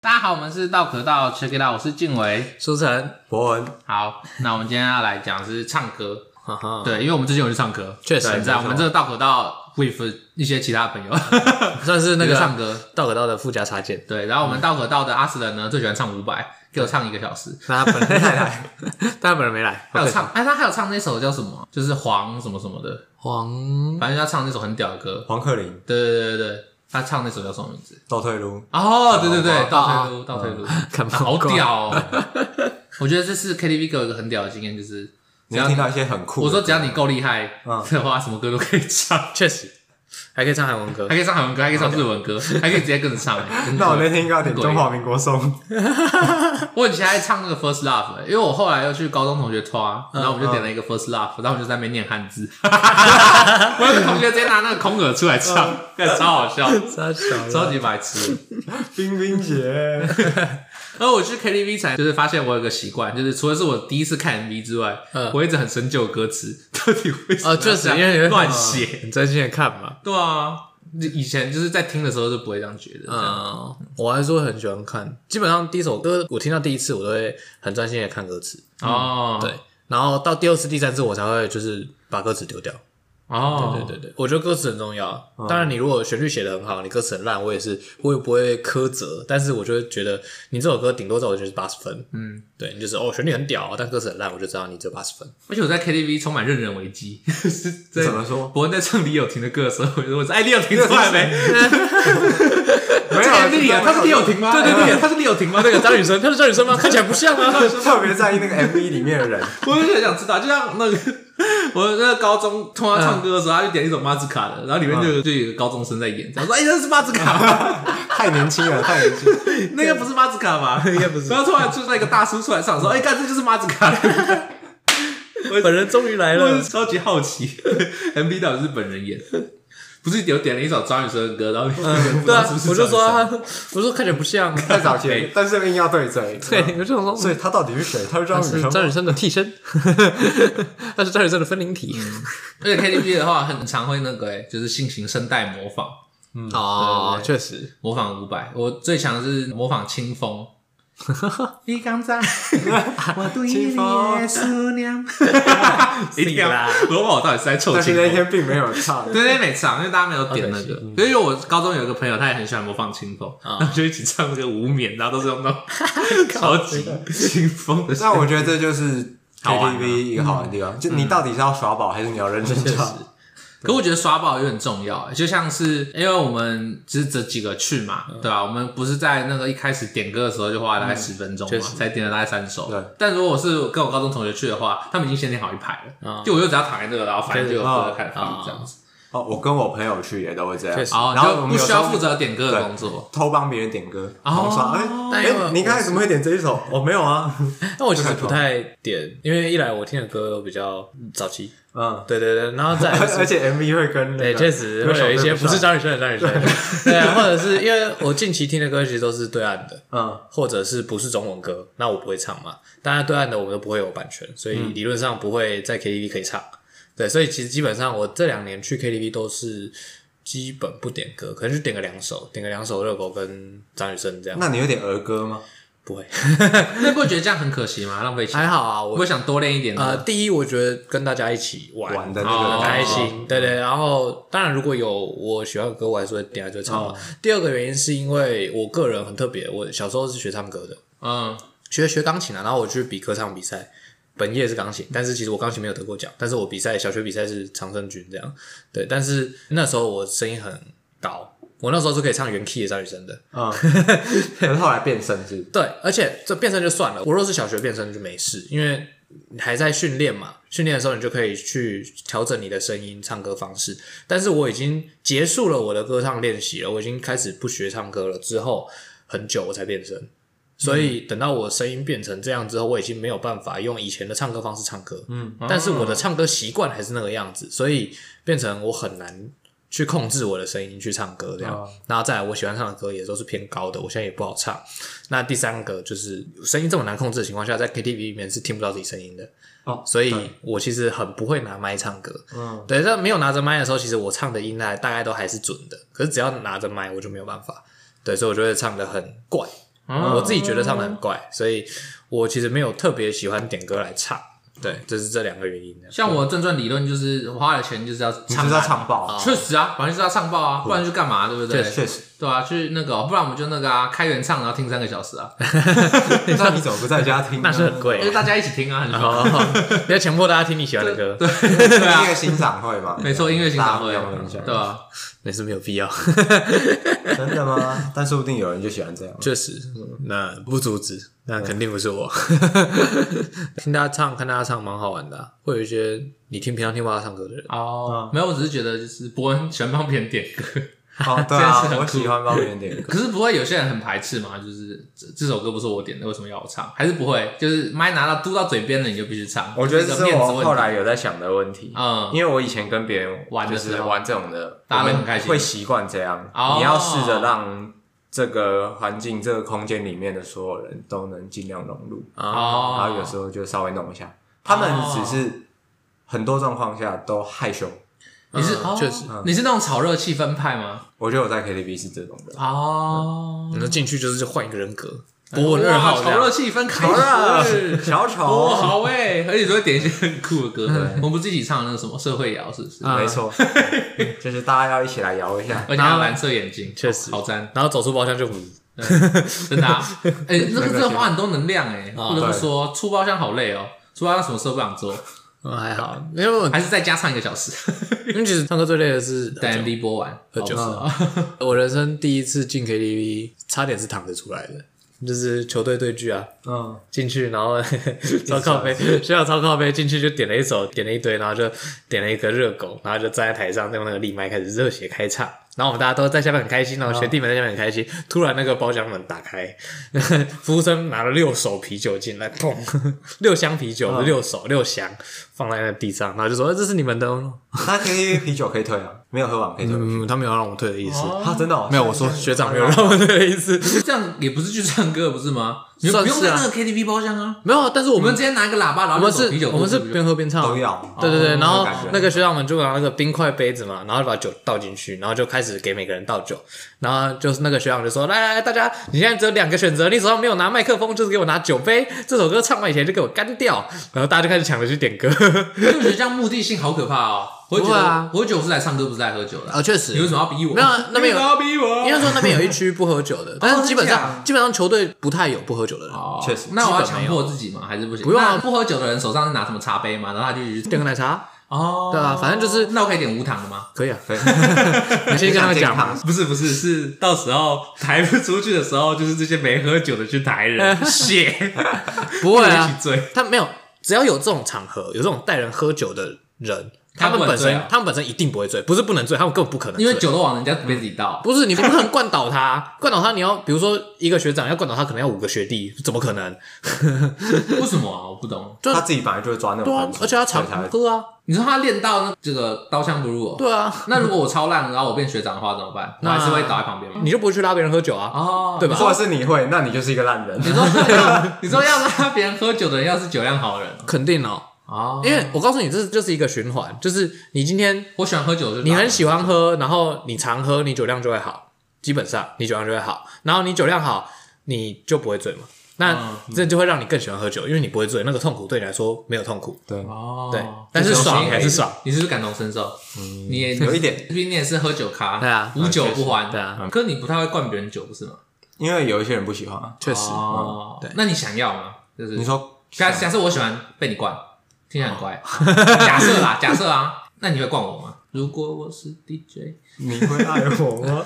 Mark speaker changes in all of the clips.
Speaker 1: 大家好，我们是道可道 Check It Out，我是静伟。
Speaker 2: 舒晨，
Speaker 3: 博文，
Speaker 1: 好，那我们今天要来讲是唱歌，
Speaker 2: 哈哈，
Speaker 1: 对，因为我们最近有去唱歌，
Speaker 2: 嗯确实
Speaker 1: 对
Speaker 2: 没
Speaker 1: 这样
Speaker 2: 错
Speaker 1: 我们这个道可道 with 一些其他朋 友
Speaker 2: 算是那
Speaker 1: 那
Speaker 2: 个
Speaker 1: 个唱歌，
Speaker 2: 道可道的附加插件。
Speaker 1: 对，然后我
Speaker 2: 嗯
Speaker 1: 们道可道的阿斯人呢最喜欢唱伍佰，给我唱一个小时，
Speaker 2: 那他本人没来， 但他本人没来，
Speaker 1: 还有唱，哎，他还有唱那首叫什么，就是黄什么什么的，
Speaker 2: 黄
Speaker 1: 反正要唱那首很屌的歌，
Speaker 3: 黄克林，
Speaker 1: 对对对对对，他唱那首叫什么名字？
Speaker 3: 倒退路，
Speaker 1: 哦，对对对，
Speaker 2: 倒
Speaker 1: 倒退路，倒退 路，
Speaker 2: 看不
Speaker 1: 好
Speaker 2: 惯，
Speaker 1: 屌 哦！我觉得这是 KTV 给我一个很屌的经验，就是
Speaker 3: 你会听到一些很酷的。
Speaker 1: 我说只要你够厉害
Speaker 3: 嗯
Speaker 1: 的话，什么歌都可以唱，
Speaker 2: 确实还可以唱韩 文歌
Speaker 1: 还，可以唱韩文歌，还可以唱日文歌，还可以直接跟着唱。哎真的
Speaker 3: 那我那天应该要点中华民国颂，
Speaker 1: 我以前还唱那个 First Love，欸因为我后来又去高中同学拖，然后我们就点了一个 First Love，然后我们就在那边念汉字，我有个同学直接拿那个空耳出来唱，干超好笑，
Speaker 2: 超小
Speaker 1: 超级白痴。
Speaker 3: 冰冰姐，
Speaker 1: 而我去 KTV 才就是发现我有个习惯，就是除了是我第一次看 MV 之外，
Speaker 2: 嗯
Speaker 1: 我一直很深究歌词， 到底为什么
Speaker 2: 哦，确实
Speaker 1: 要这样
Speaker 2: 因为你会嗯
Speaker 1: 乱写。
Speaker 2: 很真心的看嘛。
Speaker 1: 对啊，以前就是在听的时候就不会这样觉得。嗯，
Speaker 2: 嗯，我还是会很喜欢看。基本上第一首歌我听到第一次，我都会很专心的看歌词，
Speaker 1: 哦，
Speaker 2: 对，。然后到第二次、第三次，我才会就是把歌词丢掉。
Speaker 1: 哦，
Speaker 2: 对对对，我觉得歌词很重要。当然，你如果旋律写的很好，你歌词很烂，我也是，我也不会苛责。但是，我就会觉得你这首歌顶多在我就是八十分。嗯，对，你就是哦，旋律很屌，但歌词很烂，我就知道你只有八十分。
Speaker 1: 而且我在 KTV 充满任人危机， 是在
Speaker 3: 怎么说？
Speaker 1: 伯恩在唱李友廷的歌的时候，我就说：“哎，李友廷出来 没？
Speaker 3: 没
Speaker 1: 这个李友， 他啊是李友廷吗？对对
Speaker 3: 对，
Speaker 1: 对，他是李友廷吗？”那
Speaker 2: 那
Speaker 1: 个
Speaker 2: 个张雨生，他是张雨生吗？看起来不像 啊。
Speaker 3: 特别在意那个 MV 里面的 人，
Speaker 1: 我就很想知道，就像那个我那个高中通常唱歌的时候，他就点一首马子卡的，然后里面就有就有一个高中生在演，他说：“哎， 那是马子卡吗，
Speaker 3: 太年轻了，太年轻了。
Speaker 1: 那个不是马子卡 吗？”
Speaker 2: 应该不是
Speaker 1: 然，后突然出来一个大叔出来唱，说：“哎，干这就是马子卡。”
Speaker 2: 本人终于来
Speaker 1: 我
Speaker 2: 了
Speaker 1: 是。超级好奇，MV 到底是本人演，不是有点了一首张雨生的歌，然后你不知
Speaker 2: 对
Speaker 1: 道
Speaker 2: 啊
Speaker 1: 是不，是
Speaker 2: 我就说
Speaker 1: 张雨
Speaker 2: 他，我就说看起来不像。
Speaker 3: 太 早
Speaker 1: 哎
Speaker 3: 前，但是硬要对嘴，
Speaker 2: 对，我就想
Speaker 3: 所
Speaker 2: 说，
Speaker 3: 以他到底是谁？他是张
Speaker 2: 他
Speaker 3: 雨
Speaker 2: 是
Speaker 3: 生
Speaker 2: 张雨
Speaker 3: 吗？
Speaker 2: 生的替身， 嗯他是张雨生的分灵体。
Speaker 1: 生而且 KTV 的话，很常会那个、欸，就是进行声带模仿，
Speaker 2: 哦，确实，
Speaker 1: 模仿伍佰。我最强的是模仿清风。你刚才，我对你的思念，一定要
Speaker 2: 是啦！
Speaker 1: 我问我到底是在臭
Speaker 3: 但
Speaker 1: 清
Speaker 3: 是
Speaker 1: 风
Speaker 3: 那。天并没有唱，
Speaker 1: 对对，没唱，因为大家没有点那个。
Speaker 2: 哦
Speaker 1: 因为我高中有一个朋友，他也很喜欢模仿清风，
Speaker 2: 啊
Speaker 1: 然后就一起唱那个无冕，然后都是用那种 超级清风的声音。
Speaker 3: 那我觉得这就是
Speaker 1: 好玩啊
Speaker 3: KTV 一个好玩的地方，就你到底是要耍宝还是你要认真
Speaker 2: 确实
Speaker 3: 唱？
Speaker 1: 嗯可我觉得刷爆也很重要、欸就像是因为我们就是这几个去嘛，
Speaker 3: 嗯
Speaker 1: 对吧、我们不是在那个一开始点歌的时候就花了大概十分钟嘛，
Speaker 2: 确实
Speaker 1: 才点了大概三首。
Speaker 3: 对
Speaker 1: 但如果我是跟我高中同学去的话，他们已经先点好一排了，
Speaker 3: 嗯
Speaker 2: 啊
Speaker 1: 就我就只要躺在那个，然后反正就有歌开始放、
Speaker 2: 啊
Speaker 1: 这样子。
Speaker 3: 哦，我跟我朋友去也都会这样
Speaker 2: 确，实
Speaker 1: 哦，
Speaker 3: 然后
Speaker 1: 你就
Speaker 3: 我们
Speaker 1: 不
Speaker 3: 有
Speaker 1: 需
Speaker 3: 时候
Speaker 1: 要负责点歌的工作。
Speaker 3: 偷帮别人点歌，
Speaker 1: 哦
Speaker 3: 好耍。哎
Speaker 2: 但因为
Speaker 3: 哎，你刚才怎么会点这一首？我没有啊，
Speaker 2: 但我其实不太点，因为一来我听的歌都比较早期，
Speaker 3: 嗯，
Speaker 2: 对对对，然后再来 就是
Speaker 3: 而且 MV 会跟那
Speaker 2: 对，
Speaker 3: 个
Speaker 2: 确实
Speaker 3: 歌
Speaker 2: 会
Speaker 3: 手
Speaker 2: 有一些
Speaker 3: 对
Speaker 2: 不
Speaker 3: 上
Speaker 2: 是张雨生的张雨生， 对啊，或者是因为我近期听的歌其实都是对岸的，
Speaker 3: 嗯，
Speaker 2: 或者是不是中文歌，那我不会唱嘛。当然对岸的我们都不会有版权，所以理论上不会在 KTV 可以唱。对，所以其实基本上我这两年去 KTV 都是基本不点歌，可能就点个两首，点个两首热狗跟张雨生这样。
Speaker 3: 那你有点儿歌吗？
Speaker 2: 不会，
Speaker 1: 那你不觉得这样很可惜吗？浪费
Speaker 3: 哎
Speaker 1: 钱。
Speaker 2: 还好啊，我
Speaker 1: 我想多练一点、
Speaker 2: 呃，
Speaker 1: 的。
Speaker 2: 第一，我觉得跟大家一起玩
Speaker 3: 玩的
Speaker 1: 哦
Speaker 3: 那
Speaker 2: 很
Speaker 3: 个
Speaker 2: 开心，对对。然后，当然如果有我喜欢的歌，我还是会点，还是会唱嘛。第二个原因是因为我个人很特别，我小时候是学唱歌的，
Speaker 1: 嗯，
Speaker 2: 学学钢琴啊，然后我去比歌唱比赛，本业是钢琴，但是其实我钢琴没有得过奖，但是我比赛小学比赛是常胜军这样，对。但是那时候我声音很高，我那时候是可以唱原 key 的张雨生的，
Speaker 3: 嗯，可是后来变声是
Speaker 2: 对，而且这变声就算了，我若是小学变声就没事，因为你还在训练嘛，训练的时候你就可以去调整你的声音、唱歌方式。但是我已经结束了我的歌唱练习了，我已经开始不学唱歌了，之后很久我才变声。所以等到我声音变成这样之后，我已经没有办法用以前的唱歌方式唱歌，嗯，但是我的唱歌习惯还是那个样子，所以变成我很难去控制我的声音去唱歌这样。
Speaker 3: 哦
Speaker 2: 然后再来，我喜欢唱的歌也都是偏高的，我现在也不好唱。那第三个就是声音这么难控制的情况下，在 KTV 里面是听不到自己声音的，
Speaker 3: 哦，
Speaker 2: 所以我其实很不会拿麦唱歌。
Speaker 3: 嗯，
Speaker 2: 对，但没有拿着麦的时候，其实我唱的音呢大概都还是准的，可是只要拿着麦，我就没有办法。对，所以我就会唱的很怪。
Speaker 3: 嗯
Speaker 1: 哦
Speaker 2: 我自己觉得唱的很怪，所以我其实没有特别喜欢点歌来唱。对，这是这两个原因这样。
Speaker 1: 像我的正传理论就是我花了钱就是要
Speaker 3: 你就
Speaker 1: 唱
Speaker 3: 是要
Speaker 1: 烂，
Speaker 3: 唱爆，
Speaker 1: 确实啊，反正就是要唱爆啊，不然去干嘛，对不对？
Speaker 3: 确实。
Speaker 1: 对啊，去那个哦，不然我们就那个啊，开原唱然后听三个小时啊，
Speaker 3: 那你怎么不在家听呢？
Speaker 2: 那是 很贵
Speaker 1: 而且 大家一起听啊，很 爽。
Speaker 2: 哦，你要强迫大家听你喜欢的歌，
Speaker 3: 音乐欣赏会嘛？
Speaker 1: 没错，音乐欣赏会啊
Speaker 3: 大家互相，分享
Speaker 1: 对吧？
Speaker 2: 那是没有必要。
Speaker 3: 真的 吗？但说不定有人就喜欢这样。
Speaker 2: 确实，
Speaker 1: 嗯
Speaker 2: 那不阻止，那肯定不是我。
Speaker 1: 嗯
Speaker 2: 听大家唱，看大家唱，蛮好玩的啊、会有一些你听平常听不到他唱歌的人，
Speaker 1: 哦，没有，我只是觉得就是伯恩喜欢帮别人点歌，
Speaker 3: 哦，
Speaker 1: 这件
Speaker 3: 对
Speaker 1: 事很
Speaker 3: 啊，
Speaker 1: 酷
Speaker 3: 我喜欢帮别人点歌。
Speaker 1: 可是不会有些人很排斥嘛？就是这这首歌不是我点的，为什么要我唱？还是不会？就是麦拿到嘟到嘴边了，你就必须 唱。
Speaker 4: 我觉得
Speaker 1: 这
Speaker 4: 这是
Speaker 1: 个面子
Speaker 4: 我后
Speaker 1: 问题。
Speaker 4: 来有在想的问题，
Speaker 1: 嗯，
Speaker 4: 因为我以前跟别人
Speaker 1: 玩的
Speaker 4: 就
Speaker 1: 时
Speaker 4: 是
Speaker 1: 候
Speaker 4: 玩这种的，
Speaker 1: 大家
Speaker 4: 我们
Speaker 1: 都很开心
Speaker 4: 会习惯这样。
Speaker 1: 哦
Speaker 4: 你要试着让这个环境、这个空间里面的所有人都能尽量融入，
Speaker 2: 啊
Speaker 1: 哦，
Speaker 3: 啊
Speaker 4: 然后有时候就稍微弄一下。他们只
Speaker 2: 哦
Speaker 4: 是很多状况下都害羞，
Speaker 1: 你是
Speaker 2: 嗯
Speaker 1: 哦
Speaker 2: 确实，
Speaker 1: 你是那种炒热气氛派吗？
Speaker 4: 我觉得我在 KTV 是这种 的。
Speaker 1: 哦，
Speaker 2: 然后进去就是换一个人格，博文二
Speaker 1: 哎哇
Speaker 2: 号这
Speaker 1: 炒热
Speaker 2: 样。
Speaker 1: 气氛开
Speaker 4: 好 啦
Speaker 1: 始，，
Speaker 4: 小
Speaker 1: 哦，
Speaker 4: 丑，
Speaker 1: 好喂， 而且都会点一些很酷的歌。我们不是一起唱那个什么社会摇，是不是？
Speaker 2: 嗯啊
Speaker 4: 没 错，就是大家要一起来摇一下。
Speaker 2: 哎
Speaker 1: 而且还有蓝色眼睛，哦
Speaker 2: 确实
Speaker 1: 好赞，
Speaker 2: 然后走出包厢就，
Speaker 1: 真的 啊！哎，那个真的花很多能量哎，
Speaker 2: 啊
Speaker 1: 不得不说，出包厢好累哦。出包厢什么事都不想 做，
Speaker 2: 嗯，还好，因为我
Speaker 1: 还是在家唱一个小 时，
Speaker 2: 因为其实唱歌最累的是喝酒
Speaker 1: 等 MV 播完。
Speaker 2: 喝酒嗯
Speaker 1: 好不好
Speaker 2: 我人生第一次进 KTV，差点是躺着出来的，就是球队对剧啊，
Speaker 3: 嗯，
Speaker 2: 进去，然后 超靠背，学校超靠背，进去就点了一首，点了一堆，然后就点了一个热狗，然后就站在台上用那个立麦开始热血开唱，然后我们大家都在下面很开心，然哦后学弟们在下面很开心，突然那个包厢门打开， 服务生拿了六手啤酒进来，砰， 六箱啤酒，六手六箱放在那地上，然后就说、呃这是你们的哦，
Speaker 3: 那 KTV 啤酒可以退啊，没有喝完可以退。
Speaker 2: 嗯，他没有让我退的意思，
Speaker 3: 啊，真的哦
Speaker 2: 没有，我说学长没有让我退的意思，
Speaker 1: 这样也不是去唱歌，不是吗？你们
Speaker 2: 算
Speaker 1: 不
Speaker 2: 是啊
Speaker 1: 用在那个 KTV 包厢啊，
Speaker 2: 没有，但是我
Speaker 1: 我
Speaker 2: 们
Speaker 1: 们直接拿一个喇叭，然
Speaker 2: 我
Speaker 1: 后
Speaker 2: 们
Speaker 1: 就走
Speaker 2: 是
Speaker 1: 啤酒肚
Speaker 2: 我们是
Speaker 1: 不
Speaker 2: 边喝边唱啊
Speaker 3: 都要哦
Speaker 2: 对对对，然后
Speaker 3: 那种感觉
Speaker 2: 那个学长们就把那个冰块杯子嘛，然后把酒倒进去，然后就开始给每个人倒酒，然后就是那个学长就说：“来来来，大家，你现在只有两个选择，你手上没有拿麦克风，就是给我拿酒杯。这首歌唱完以前就给我干掉。”然后大家就开始抢着去点歌。
Speaker 1: 因为我觉得这样目的性好可怕哦。我会觉
Speaker 2: 不会
Speaker 1: 得
Speaker 2: 啊，
Speaker 1: 我会觉得我是来唱歌，不是来喝酒的。
Speaker 2: 啊确
Speaker 1: 你为
Speaker 2: 实，
Speaker 1: 什么要逼我？
Speaker 2: 没有那
Speaker 1: 你为
Speaker 2: 边有
Speaker 1: 什么要逼我。
Speaker 2: 应该说那边有一区不喝酒
Speaker 3: 哦
Speaker 2: 的，但是基本
Speaker 1: 真的
Speaker 3: 啊
Speaker 2: 上基本上球队不太有不喝酒的人，
Speaker 1: 哦
Speaker 3: 确实
Speaker 1: 那我要
Speaker 2: 基本
Speaker 1: 强
Speaker 2: 没有
Speaker 1: 迫自己吗？还是不行？
Speaker 2: 不用啊
Speaker 1: 那不喝酒的人手上是拿什么茶杯嘛？然后他就一直
Speaker 2: 点个奶茶
Speaker 1: 哦，
Speaker 2: 对啊反正就是
Speaker 1: 那我可以点无糖的吗？
Speaker 2: 可以啊，
Speaker 3: 可以
Speaker 2: 你先跟 他们
Speaker 3: 健
Speaker 2: 讲嘛
Speaker 3: 康。
Speaker 1: 不是不是，是到时候抬不出去的时候，就是这些没喝酒的去抬 人，谢，
Speaker 2: 不会啊，
Speaker 1: 一起追。
Speaker 2: 他没有，只要有这种场合，有这种带人喝酒的人，
Speaker 1: 他
Speaker 2: 他
Speaker 1: 不
Speaker 2: 们
Speaker 1: 能
Speaker 2: 本身、
Speaker 1: 醉啊
Speaker 2: 他们本身一定不会醉，不是不能醉，他们根本不可能醉，
Speaker 1: 因为酒都往人家杯子里倒，
Speaker 2: 不是你不可能灌倒他，灌倒他你要比如说一个学长要灌倒他，可能要五个学弟，怎么可能？
Speaker 1: 为什么啊？我不懂。
Speaker 2: 对啊
Speaker 3: 他自己本来就会抓那
Speaker 2: 对
Speaker 3: 种
Speaker 2: 啊
Speaker 3: 分，寸，
Speaker 2: 而且他
Speaker 3: 所
Speaker 2: 常
Speaker 3: 以才会
Speaker 2: 喝啊，
Speaker 1: 你说他练到那这个刀枪不入、哦，
Speaker 2: 对啊，
Speaker 1: 那如果我超烂，然后我变学长的话怎么办？我
Speaker 2: 那
Speaker 1: 还是会倒在旁边吗？
Speaker 2: 你就不会去拉别人喝酒啊，
Speaker 1: 哦，
Speaker 2: 对吧？
Speaker 3: 或者是你会，那你就是一个烂
Speaker 1: 你
Speaker 3: 人。
Speaker 1: 说你说要拉别人喝酒的人，要是酒量好的人
Speaker 2: 肯定哦，
Speaker 1: 哦，
Speaker 2: 因为我告诉你，这就是一个循环，就是你今天
Speaker 1: 我喜欢喝酒就
Speaker 2: 你很
Speaker 1: 喜
Speaker 2: 喜欢喝，然后你常喝，你酒量就会好，基本上你酒量就会好，然后你酒量好，你就不会醉嘛。那这就会让你更喜欢喝酒，因为你不会醉，那个痛苦对你来说没有痛苦，
Speaker 3: 对，
Speaker 1: 哦，
Speaker 2: 对，但是爽还是爽。嗯
Speaker 1: 你是不是感同身受？你也
Speaker 3: 有一点，
Speaker 1: 毕竟你也是喝酒咖，
Speaker 2: 对啊
Speaker 1: 无酒不欢，
Speaker 2: 嗯确实对啊。
Speaker 1: 可你不太会灌别人酒，不是吗？
Speaker 3: 因为有一些人不喜欢啊。
Speaker 2: 确实，
Speaker 1: 哦，
Speaker 2: 嗯对
Speaker 1: 那你想要吗？就是
Speaker 3: 你说
Speaker 1: 假假设我喜欢被你灌，听起来很乖。
Speaker 2: 哦
Speaker 1: 假设啦，假设啊，那你会灌我吗？如果我是 DJ，
Speaker 3: 你会爱我吗？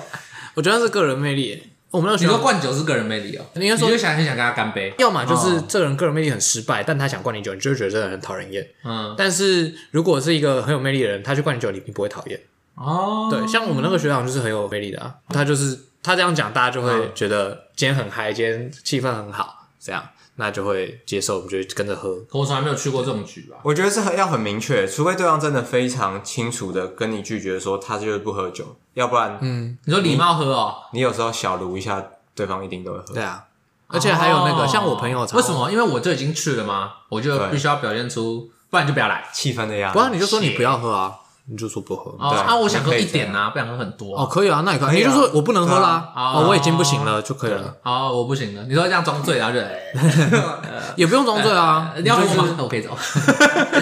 Speaker 2: 我觉得是个人魅力耶。我们那个
Speaker 1: 你
Speaker 2: 学
Speaker 1: 说
Speaker 2: 校，
Speaker 1: 灌酒是个人魅力哦，
Speaker 2: 你应该说
Speaker 1: 你就想很想跟他干杯，
Speaker 2: 要么就是这个人个人魅力很失败，但他想灌你酒，你就会觉得这个人很讨人厌。
Speaker 1: 嗯，
Speaker 2: 但是如果是一个很有魅力的人，他去灌你酒，你你不会讨厌。
Speaker 1: 哦，
Speaker 2: 对，像我们那个学长就是很有魅力的啊，他就是他这样讲，大家就会觉得今天很嗨，今天气氛很好，这样那就会接受，我们就会跟着喝。
Speaker 1: 可我从来没有去过这种局吧。
Speaker 3: 我觉得是很要很明确，除非对方真的非常清楚的跟你拒绝说他就是不喝酒，要不然
Speaker 2: 嗯，
Speaker 1: 你说礼貌喝哦，
Speaker 3: 你有时候小撸一下，对方一定都会喝
Speaker 2: 对。啊，而且还有那个、
Speaker 1: 哦
Speaker 2: 像我朋友常，
Speaker 1: 为什？么？因为我就已经去了嘛，我就
Speaker 3: 对
Speaker 1: 必须要表现出，不然就不要来。
Speaker 3: 气氛的压力，
Speaker 2: 不然你就说你不要喝啊，你就说不喝。
Speaker 1: 哦
Speaker 3: 对
Speaker 1: 啊，我想喝
Speaker 3: 可以
Speaker 1: 一点啊，不想喝很多
Speaker 2: 哦，
Speaker 1: 啊。
Speaker 2: 可以啊，那也可以啊，
Speaker 3: 可以
Speaker 2: 你
Speaker 3: 啊
Speaker 2: 就说我不能喝啦，
Speaker 1: 对啊
Speaker 2: 哦，
Speaker 1: 哦
Speaker 2: 我已经不行了就可以了，
Speaker 1: 好，我不行了。你说这样装醉，然后 就哎
Speaker 2: 也不用装醉啊，
Speaker 1: 你要
Speaker 2: 就
Speaker 1: 扶我
Speaker 2: 是
Speaker 1: 吗？那我可以走。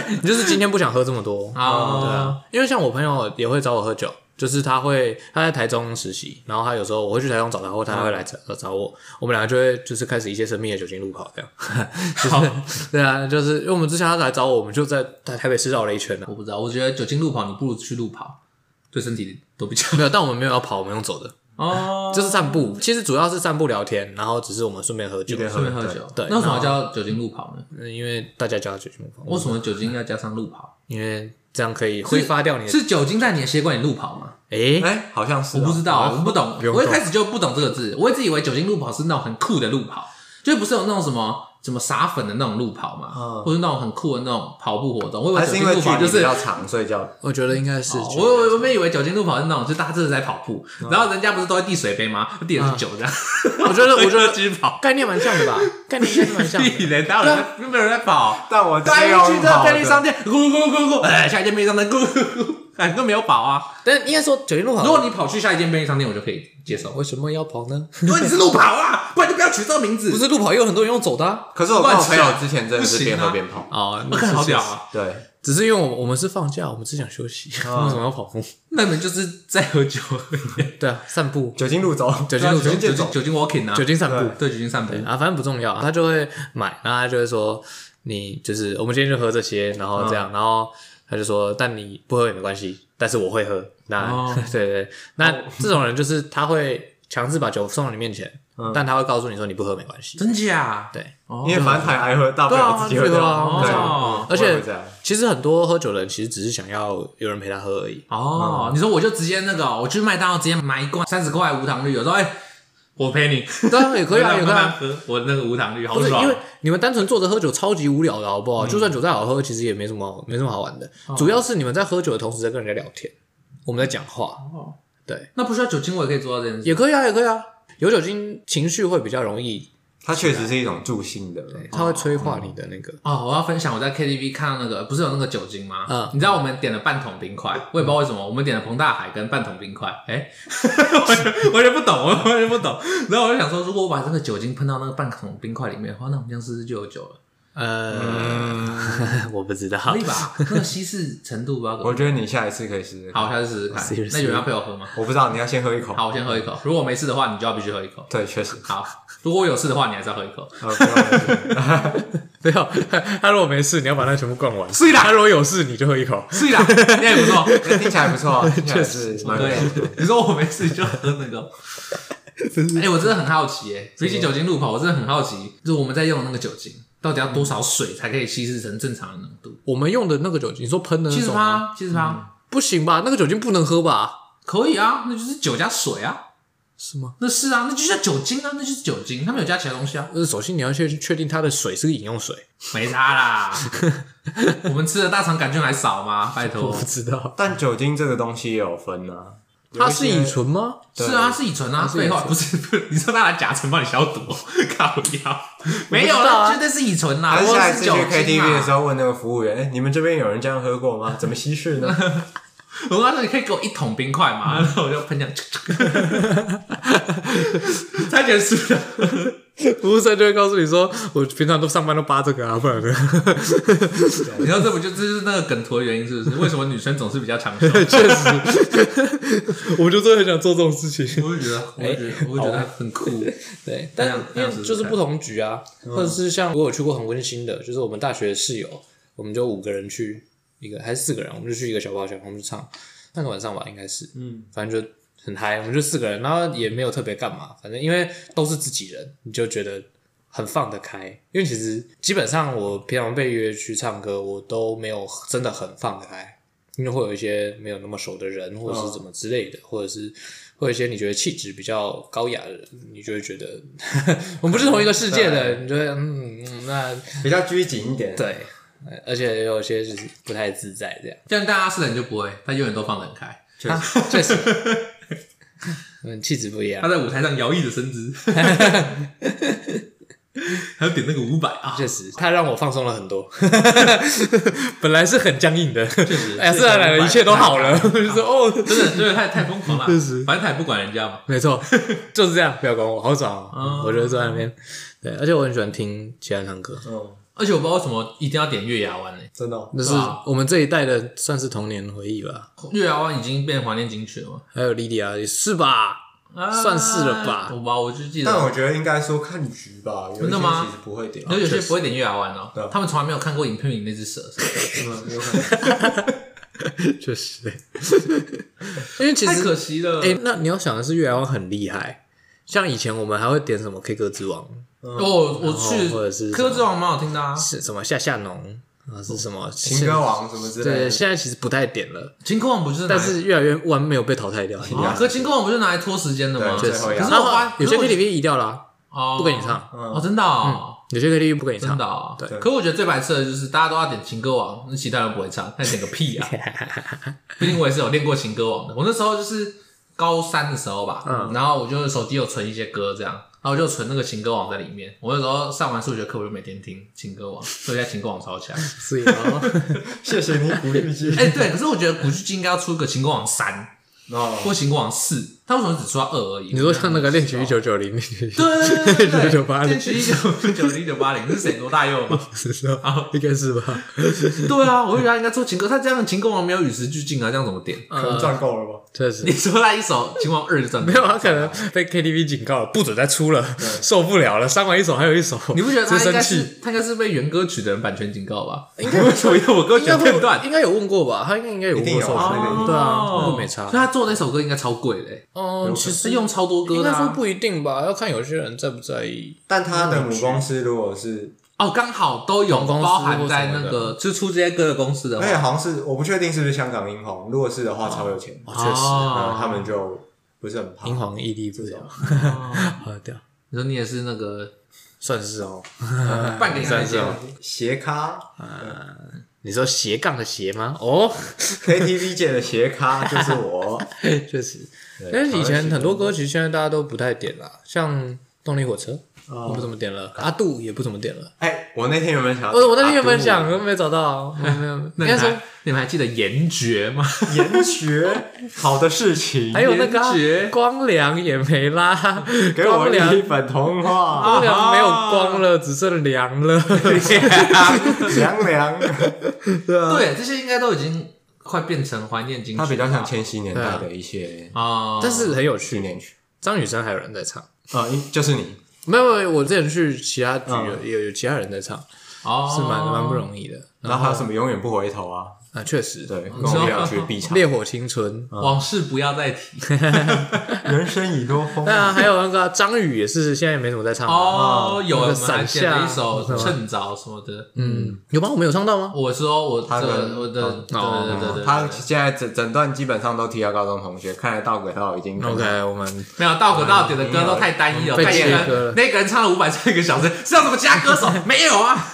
Speaker 2: 你就是今天不想喝这么多，对
Speaker 1: 啊，
Speaker 2: 啊，因为像我朋友也会找我喝酒，就是他会他在台中实习，然后他有时候我会去台中找他，或他会来找找我，我们两个就会就是开始一些神秘的酒精路跑这样。 就是对啊，就是因为我们之前他来找我，我们就在台台北市绕了一圈啊了、
Speaker 1: 我不知道，我觉得酒精路跑，你不如去路跑，对身体都比较
Speaker 2: 没有，但我们没有要跑，我们用走的，
Speaker 1: 哦。
Speaker 2: 就是散步。其实主要是散步聊天，然后只是我们顺便喝酒，
Speaker 3: 边
Speaker 1: 顺便喝酒，
Speaker 2: 对
Speaker 1: 那为什么叫酒精路跑呢？
Speaker 2: 嗯因为大家叫酒精路跑，
Speaker 1: 为什么酒精要加上路跑？
Speaker 2: 因为这样可以挥发掉你的。
Speaker 1: 是酒精在你的血管里路跑吗？
Speaker 2: 诶，
Speaker 3: 哎、好像是、
Speaker 1: 我不知道，我不懂。
Speaker 2: 用
Speaker 1: 我一
Speaker 2: 懂
Speaker 1: 开始就不懂这个字，我一直以为酒精路跑是那种很酷的路跑，就是不是有那种什么什么撒粉的那种路跑嘛，或者那种很酷的那种跑步活动。我以
Speaker 3: 还
Speaker 1: 为酒
Speaker 3: 是
Speaker 1: 精
Speaker 3: 因为
Speaker 1: 路
Speaker 3: 距
Speaker 1: 跑
Speaker 3: 离
Speaker 1: 就
Speaker 3: 比
Speaker 1: 是
Speaker 3: 较长，所以叫
Speaker 2: 我觉得应该是
Speaker 1: 哦
Speaker 2: 酒
Speaker 1: 我我我们以为酒精路跑是那种，就大家真的在跑步，然后人家不是都会递水杯吗？递的是酒这样。
Speaker 2: 我 觉得我觉得
Speaker 1: 继续跑，
Speaker 2: 概念蛮像的吧，概念应该是蛮像的。
Speaker 1: 屁嘞，哪有人在没有人在跑？
Speaker 3: 但啊我
Speaker 1: 大
Speaker 3: 只有
Speaker 1: 家去这
Speaker 3: 跑
Speaker 1: 便利
Speaker 3: 的
Speaker 1: 商店，咕咕咕咕咕， 哎，下一间便利商店，咕咕咕咕，哎，都没有跑啊。
Speaker 2: 但应该说酒精路跑，
Speaker 1: 如果你跑去下一间便利商店，我就可以接受。
Speaker 2: 为什么要跑呢？
Speaker 1: 如果你是路跑啊，不然就不要取这个名字。
Speaker 2: 不是路跑，也有很多人用走的、啊。
Speaker 3: 可是我跟我朋友
Speaker 1: 乱讲
Speaker 3: 之前真的是边
Speaker 1: 不行啊
Speaker 3: 喝边跑，
Speaker 2: 哦
Speaker 1: 我看好屌！啊！
Speaker 3: 对，
Speaker 2: 只是因为我我们是放假，我们只想休息，为什么要跑步？
Speaker 1: 那你们就是在喝 酒而已，
Speaker 2: 对啊，散步，
Speaker 3: 酒精路走，
Speaker 2: 酒精路
Speaker 1: 酒
Speaker 2: 酒
Speaker 1: 精
Speaker 2: 精
Speaker 1: 酒精 walking 啊，
Speaker 2: 酒精散步
Speaker 1: 对酒精散步。
Speaker 2: 啊，反正不重要。他就会买，然后他就会说，你就是我们今天就喝这些，然后这样，然后他就说，但你不喝也没关系，但是我会喝。那、
Speaker 1: 哦
Speaker 2: 对对，那、这种人就是他会强制把酒送到你面前，但他会告诉你说你不喝没关系。
Speaker 1: 真假？
Speaker 2: 对，
Speaker 1: 哦，
Speaker 3: 因为反正太爱喝，大不了自己喝
Speaker 2: 对
Speaker 3: 掉。
Speaker 2: 啊
Speaker 3: 对
Speaker 1: 哦
Speaker 2: 而
Speaker 3: 我也
Speaker 2: 且
Speaker 3: 会这样
Speaker 2: 其实很多喝酒的人其实只是想要有人陪他喝而已。
Speaker 1: 哦，你说我就直接那个哦，我去麦当劳直接买一罐三十块无糖绿，有时候哎，我陪 你，
Speaker 2: 对啊，也可以啊，也可以
Speaker 1: 慢慢
Speaker 2: 啊。
Speaker 1: 喝，我那个无糖绿好
Speaker 2: 不是
Speaker 1: 爽
Speaker 2: 因为你们单纯坐着喝酒超级无聊的，啊好不好？就算酒再好喝，其实也没什么好没什么好玩的。主要是你们在喝酒的同时在跟人家聊天，我们在讲话，
Speaker 1: 哦。
Speaker 2: 对，
Speaker 1: 那不需要酒精我也可以做到这件事。
Speaker 2: 也可以啊，也可以啊。有酒精，情绪会比较容易，
Speaker 3: 它确实是一种助兴的，
Speaker 2: 它会催化你的那个。
Speaker 1: 哦，我要分享我在 KTV 看到那个，不是有那个酒精吗？
Speaker 2: 嗯
Speaker 1: 你知道我们点了半桶冰块，我也不知道为什么，我们点了彭大海跟半桶冰块，哎、我就 我就不懂，我 完全不懂。然后我就想说，如果我把这个酒精喷到那个半桶冰块里面的话，那我们这样是不是就有酒了？
Speaker 2: 呃，我不知道，
Speaker 1: 可以吧？那个稀释程度不要怎么
Speaker 3: 我觉得你下一次可以试试看。
Speaker 1: 好，我下次试试看。
Speaker 2: Seriously？
Speaker 1: 那有人要陪我喝吗？
Speaker 3: 我不知道你要先喝一口。
Speaker 1: 好，我先喝一口。如果我没事的话，你就要必须喝一口。
Speaker 3: 对，确实。
Speaker 1: 好，如果我有事的话，你还是要喝一口。
Speaker 3: 呃不用了不用了
Speaker 2: 没有，他如果没事，你要把它全部灌完。是的，他如果有事，你就喝一口。
Speaker 1: 是啦，那也不 错。
Speaker 3: 听起来不错啊，听起来是蛮不
Speaker 1: 对
Speaker 3: 错的。，
Speaker 1: 你说我没事就喝那 个。哎、我真的很好奇、哎，比起酒精路跑，我真的很好奇，就是我们在用的那个酒精，到底要多少水才可以稀释成正常的浓度？
Speaker 2: 我们用的那个酒精，你说喷的
Speaker 1: 七
Speaker 2: 那
Speaker 1: 十
Speaker 2: 种吗，
Speaker 1: 八，七十八，
Speaker 2: 不行吧？那个酒精不能喝吧？
Speaker 1: 嗯可以啊，那就是酒加水啊，
Speaker 2: 是吗？
Speaker 1: 那是啊，那就叫酒精啊，那就是酒精，它没有加其他东西啊，
Speaker 2: 呃，首先你要确确定它的水是饮用水，
Speaker 1: 没差啦。 我们吃的大肠杆菌还少吗？拜
Speaker 2: 我
Speaker 1: 托
Speaker 2: 不，知道。
Speaker 3: 但酒精这个东西也有分啊，
Speaker 2: 它是乙醇吗？
Speaker 1: 是啊，是乙醇啊，
Speaker 2: 是乙
Speaker 1: 废话，
Speaker 2: 醇
Speaker 1: 不是，不是，你说他拿甲醇帮你消毒， 靠腰，没有
Speaker 2: 我不知道
Speaker 1: 啦，
Speaker 2: 啊
Speaker 1: 绝对是乙醇啦，
Speaker 3: 啊还是下一次去
Speaker 1: 或者是酒精啊
Speaker 3: KTV
Speaker 1: 啦
Speaker 3: 的时候问那个服务员，哎，你们这边有人这样喝过吗？怎么稀释呢？
Speaker 1: 我刚说你可以给我一桶冰块嘛，然后我就喷这样， 他觉得是的，
Speaker 2: 服务生就会告诉你说，我平常都上班都扒这个啊，不然呢？
Speaker 1: 你知道这不就这就是那个梗图的原因是不是？为什么女生总是比较 长寿？
Speaker 2: 确 实，我就真的很想做这种事情。
Speaker 1: 我会觉得，我会觉得，我会觉得很酷。
Speaker 2: 对，但
Speaker 1: 那
Speaker 2: 因
Speaker 1: 样
Speaker 2: 为
Speaker 1: 子
Speaker 2: 就是不同局啊，或者是像我有去过很温馨的，就是我们大学室友，我们就五个人去一个还是四个人，我们就去一个小包厢，我们就唱那个晚上吧，应该是，嗯，反正就很嗨，我们就四个人，然后也没有特别干嘛，反正因为都是自己人，你就觉得。很放得开，因为其实基本上我平常被约去唱歌，我都没有真的很放得开，因为会有一些没有那么熟的人，或者是怎么之类的，或者是会有一些你觉得气质比较高雅的人，你就会觉得 我们不是同一个世界的，你就会嗯嗯，那
Speaker 3: 比较拘谨一点。
Speaker 2: 对，呃而且也有些就是不太自在这样，
Speaker 1: 这样大家是人就不会，他永远都放得很开，
Speaker 3: 确实，
Speaker 2: 确实，嗯，气质不一样
Speaker 1: 他。在舞台上摇曳的身姿。还要点那个五百啊，
Speaker 2: 确实，它让我放松了很多。本来是很僵硬的，确
Speaker 1: 实
Speaker 2: 哎呀，自然来了，一切都好了，就是哦，
Speaker 1: 真的真的太太疯狂了，
Speaker 2: 确实
Speaker 1: 反正他也不管人家嘛，
Speaker 2: 没错，就是这样，不要管我，好爽、哦
Speaker 1: 嗯
Speaker 2: 我就坐在那边。对，而且我很喜欢听其他人唱歌，
Speaker 4: 嗯，
Speaker 1: 而且我不知道为什么一定要点月牙湾呢、
Speaker 4: 真的哦、
Speaker 2: 那是
Speaker 1: 对啊
Speaker 2: 我们这一代的算是童年回忆吧。
Speaker 1: 月牙湾已经变怀念景区了吗？
Speaker 2: 还有莉莉亚也是吧？
Speaker 1: 啊
Speaker 2: 算是了吧
Speaker 1: 我吧，我就记得，
Speaker 4: 但我觉得应该说看局吧，有一
Speaker 1: 真的
Speaker 4: 些
Speaker 1: 吗
Speaker 4: 其实不会点，
Speaker 1: 有有些不会点月牙湾哦
Speaker 4: 对啊，
Speaker 1: 他们从来没有看过影片里那只蛇，
Speaker 4: 嗯有可能
Speaker 2: 确实，因为其
Speaker 1: 太
Speaker 2: 实
Speaker 1: 可惜了。
Speaker 2: 哎、那你要想的是，月牙湾很厉害。像以前我们还会点什么 K 歌之王，
Speaker 1: 哦我我
Speaker 2: 然后或者是
Speaker 1: 去科之王蛮好听的啊，
Speaker 2: 是什么夏夏农啊，是什么
Speaker 4: 情歌？王什么之
Speaker 2: 现对，
Speaker 4: 类的，
Speaker 2: 现在其实不太点了，
Speaker 1: 晴空网不就是拿
Speaker 2: 但
Speaker 1: 来？
Speaker 2: 是越来越完没有被淘汰掉。
Speaker 1: 啊，可晴空网不就是拿来拖时间的吗？
Speaker 4: 对
Speaker 1: 可是
Speaker 2: 确实，
Speaker 4: 最后一样
Speaker 2: 然
Speaker 1: 我发
Speaker 2: 后有些
Speaker 1: 可是我
Speaker 2: KTV 移掉了啊，
Speaker 1: 哦
Speaker 2: 不给你唱，
Speaker 3: 嗯
Speaker 2: 嗯
Speaker 1: 哦，真的哦，
Speaker 2: 有些 KTV 不给你唱
Speaker 1: 真的。哦。
Speaker 2: 对
Speaker 1: 可我觉得最白痴的就是大家都要点情歌王，那其他人不会唱，那你点个屁 啊！毕竟我也是有练过情歌王的，我那时候就是高三的时候吧，
Speaker 2: 嗯
Speaker 1: 然后我就手机有存一些歌这样，然后我就存那个情歌王在里面。我那时候上完数学课，我就每天听情歌王，所以在情歌王超 强。
Speaker 2: 是哦，
Speaker 4: 谢谢你鼓励句。
Speaker 1: 哎、对，可是我觉得古巨基应该要出个情歌王三
Speaker 3: 嗯
Speaker 4: 哦，
Speaker 1: 或情歌王四，他为什么只出到二而已？
Speaker 2: 你说像那 个恋曲一九九零，
Speaker 1: 对对对对
Speaker 2: 一九八零
Speaker 1: 对，一九九零一九八零， 这是谁罗大佑吗？
Speaker 2: 是吧？应该是吧？
Speaker 1: 对啊，我觉得他应该出情歌，他这样情歌王没有与时俱进啊，这样怎么点？
Speaker 4: 可能赚够了吧？
Speaker 2: 确实
Speaker 1: 你说他一首情歌王二就赚
Speaker 2: 嗯没
Speaker 1: 没
Speaker 2: 有， 他可能被 KTV 警告了，不准再出了，受不了了，上完一首还有一首，
Speaker 1: 你不觉得他
Speaker 2: 真
Speaker 1: 应
Speaker 2: 生
Speaker 1: 该
Speaker 2: 气？
Speaker 1: 是他应该是被原歌曲的人版权警告吧？ 应该为什么用我歌曲的片段？
Speaker 2: 应该有问过吧？他应该应该有问
Speaker 4: 一定
Speaker 2: 过
Speaker 4: 有
Speaker 2: 授权
Speaker 4: 那个一定
Speaker 2: 对啊，
Speaker 1: 哦
Speaker 2: 那个没差
Speaker 1: 所以。他做那首歌应该超贵的欸，
Speaker 2: 嗯，其
Speaker 1: 是
Speaker 2: 实
Speaker 1: 用超多歌
Speaker 2: 应
Speaker 1: 的
Speaker 2: 该说
Speaker 1: 啊。
Speaker 2: 不一定吧，要看有些人在不在意。
Speaker 4: 但他的母公司如果是，
Speaker 1: 哦，刚好都有
Speaker 2: 同公司
Speaker 1: 包含
Speaker 2: 或
Speaker 1: 在
Speaker 2: 什么
Speaker 1: 那
Speaker 2: 的哎
Speaker 1: 个，就出这些歌的公司的
Speaker 4: 而
Speaker 1: 话，
Speaker 4: 且好像是我不确定是不是香港英皇，如果是的话超有钱，
Speaker 2: 确实
Speaker 4: 嗯
Speaker 1: 哦，
Speaker 4: 他们就不是很怕
Speaker 2: 银。行屹立不摇，啊 好掉，
Speaker 1: 你说你也是那个
Speaker 2: 算是哦。
Speaker 1: 半个
Speaker 2: 算
Speaker 1: 男
Speaker 2: 是
Speaker 1: 生
Speaker 2: 哦，
Speaker 4: 斜咖
Speaker 2: 你说斜杠的斜吗？哦，
Speaker 4: KTV 界的斜咖就是我，
Speaker 2: 确实，但是以前很多歌其实现在大家都不太点了，像动力火车，我不怎么点了，阿杜也不怎么点了。
Speaker 4: 哎，我那天原本想要
Speaker 3: 啊
Speaker 2: 哦我我那天
Speaker 4: 打
Speaker 2: 原本
Speaker 4: 赌
Speaker 2: 想，我没找到啊，我没有。
Speaker 1: 那你
Speaker 2: 应该说
Speaker 1: 还你们还记得严爵吗？
Speaker 4: 研学好的事情，
Speaker 2: 还有那个啊
Speaker 1: 严爵
Speaker 2: 光良也没啦，
Speaker 4: 给我
Speaker 2: 光良
Speaker 4: 一本童话，
Speaker 2: 光良没有光了，只剩凉了。
Speaker 4: 凉凉。
Speaker 2: 啊
Speaker 1: 对，这些应该都已经快变成怀念金曲了
Speaker 3: 它
Speaker 1: 吧。
Speaker 3: 比较像千禧年代的 一些
Speaker 1: 啊，
Speaker 2: 但是很有
Speaker 3: 纪
Speaker 2: 趣，
Speaker 3: 念曲，
Speaker 2: 张雨生还有人在唱。
Speaker 4: 呃
Speaker 3: 啊，一就是你，
Speaker 2: 没有没有，我之前去其他局有有有其他人在唱，
Speaker 1: 哦
Speaker 2: 是蛮蛮不容易的
Speaker 3: 然后还有什么永远不回头啊，
Speaker 2: 啊，确实。
Speaker 3: 对，跟
Speaker 1: 知道
Speaker 3: 我们要去必场，
Speaker 2: 烈火青春，
Speaker 1: 往事不要再 提
Speaker 4: 人生已多风
Speaker 2: 对啊，还有那个张宇也是，现在也没怎么在唱了。
Speaker 1: 嗯哦。有
Speaker 2: 啊那个
Speaker 1: 我们还
Speaker 2: 伞
Speaker 1: 写了一
Speaker 2: 下
Speaker 1: 首
Speaker 2: 什么
Speaker 1: 趁早什么的。
Speaker 2: 嗯，哦有吗？我们有唱到吗？
Speaker 1: 我说我
Speaker 3: 他
Speaker 1: 的
Speaker 3: 跟哦
Speaker 1: 我的对对对对对，
Speaker 3: 他现在整整段基本上都提到高中同学，看来道鬼道已经跟
Speaker 2: OK，我们
Speaker 1: 没有道可道点的歌都太单一了，
Speaker 2: 嗯被
Speaker 1: 太
Speaker 2: 切割了
Speaker 1: 人那个人唱了五百唱一个小时，是要怎么加歌手？ 没有啊，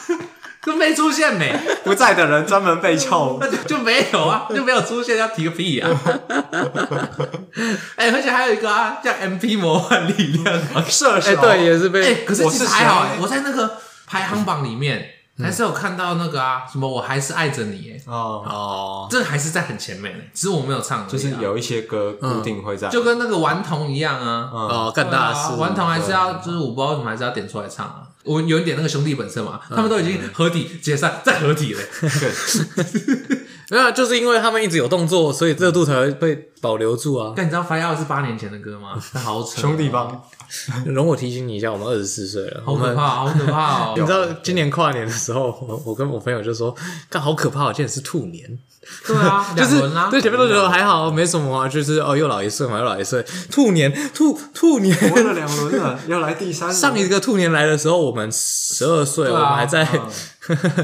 Speaker 1: 就没出现没，
Speaker 3: 不在的人专门被臭，
Speaker 1: 那就就没有啊，就没有出现，要提个屁啊！ 哎，而且还有一个啊，叫 MP 魔幻力量啊，
Speaker 3: 射手
Speaker 2: 哎，对，也是
Speaker 1: 哎、
Speaker 2: 被
Speaker 1: 可是
Speaker 3: 我
Speaker 1: 其
Speaker 3: 是
Speaker 1: 实还好
Speaker 3: 谁，
Speaker 1: 我在那个排行榜里面、
Speaker 2: 嗯
Speaker 1: 还是有看到那个啊，什么我还是爱着你，哎，
Speaker 4: 哦，
Speaker 2: 哦，
Speaker 1: 这个还是在很前面的，只是我没有唱而已啊、
Speaker 3: 就是有一些歌固定会在，
Speaker 1: 嗯就跟那个顽童一样啊，
Speaker 2: 哦，干
Speaker 1: 对
Speaker 2: 大
Speaker 1: 啊，
Speaker 2: 事，
Speaker 1: 顽童还是要，就是我不知道为什么还是要点出来唱啊。我有一点那个兄弟本色嘛，
Speaker 2: 嗯
Speaker 1: 他们都已经合体解散，再合体了。
Speaker 2: 没有，就是因为他们一直有动作，所以热度才会被保留 住啊。
Speaker 1: 但你知道 Fire Out 是八年前的歌吗？那好扯哦，
Speaker 4: 兄弟帮，
Speaker 2: 容我提醒你一下，我们二十四岁了，我
Speaker 1: 好可
Speaker 2: 们
Speaker 1: 怕，好可怕
Speaker 2: 你
Speaker 1: 哦！
Speaker 2: 知道今年跨年的时候， 我我跟我朋友就说，干好可怕，我竟然是兔年，
Speaker 1: 对啊，
Speaker 2: 就
Speaker 1: 两
Speaker 2: 是
Speaker 1: 轮啊，
Speaker 2: 对前面都觉得还好，没什么啊，就是哦又老一岁嘛，又老一岁，兔年兔兔年。
Speaker 4: 活了两轮了，要来第三轮。
Speaker 2: 上一个兔年来的时候，我们十二岁，我
Speaker 1: 对啊
Speaker 2: 们还在，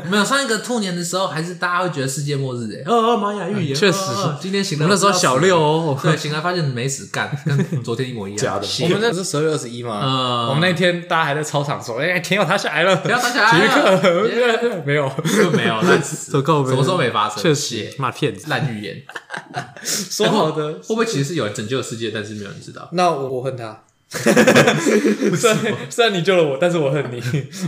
Speaker 1: 没有上一个兔年的时候，还是大家会觉得世界末日哎，哦，玛雅预言，
Speaker 2: 确实
Speaker 1: 哦哦今天醒
Speaker 2: 我
Speaker 1: 了，
Speaker 2: 们那时候小六哦，
Speaker 1: 对，醒来发现没死干， 跟昨天一模一样。假的
Speaker 2: 我们那是十二月二十一嘛，
Speaker 1: 嗯
Speaker 2: 我们那天大家还在操场说，哎，天佑他下来了，
Speaker 1: 不要打起来了
Speaker 2: 体育课没有，
Speaker 1: 就没有烂 死，
Speaker 2: 走够没
Speaker 1: 什么时候没发生？
Speaker 2: 确
Speaker 1: 谢
Speaker 2: 实骂骗子，
Speaker 1: 烂预言，
Speaker 2: 说好的
Speaker 1: 会不会其实是有人拯救了世界，但是没有人知道？
Speaker 2: 那我我恨他，虽然虽然你救了我，但是我恨你。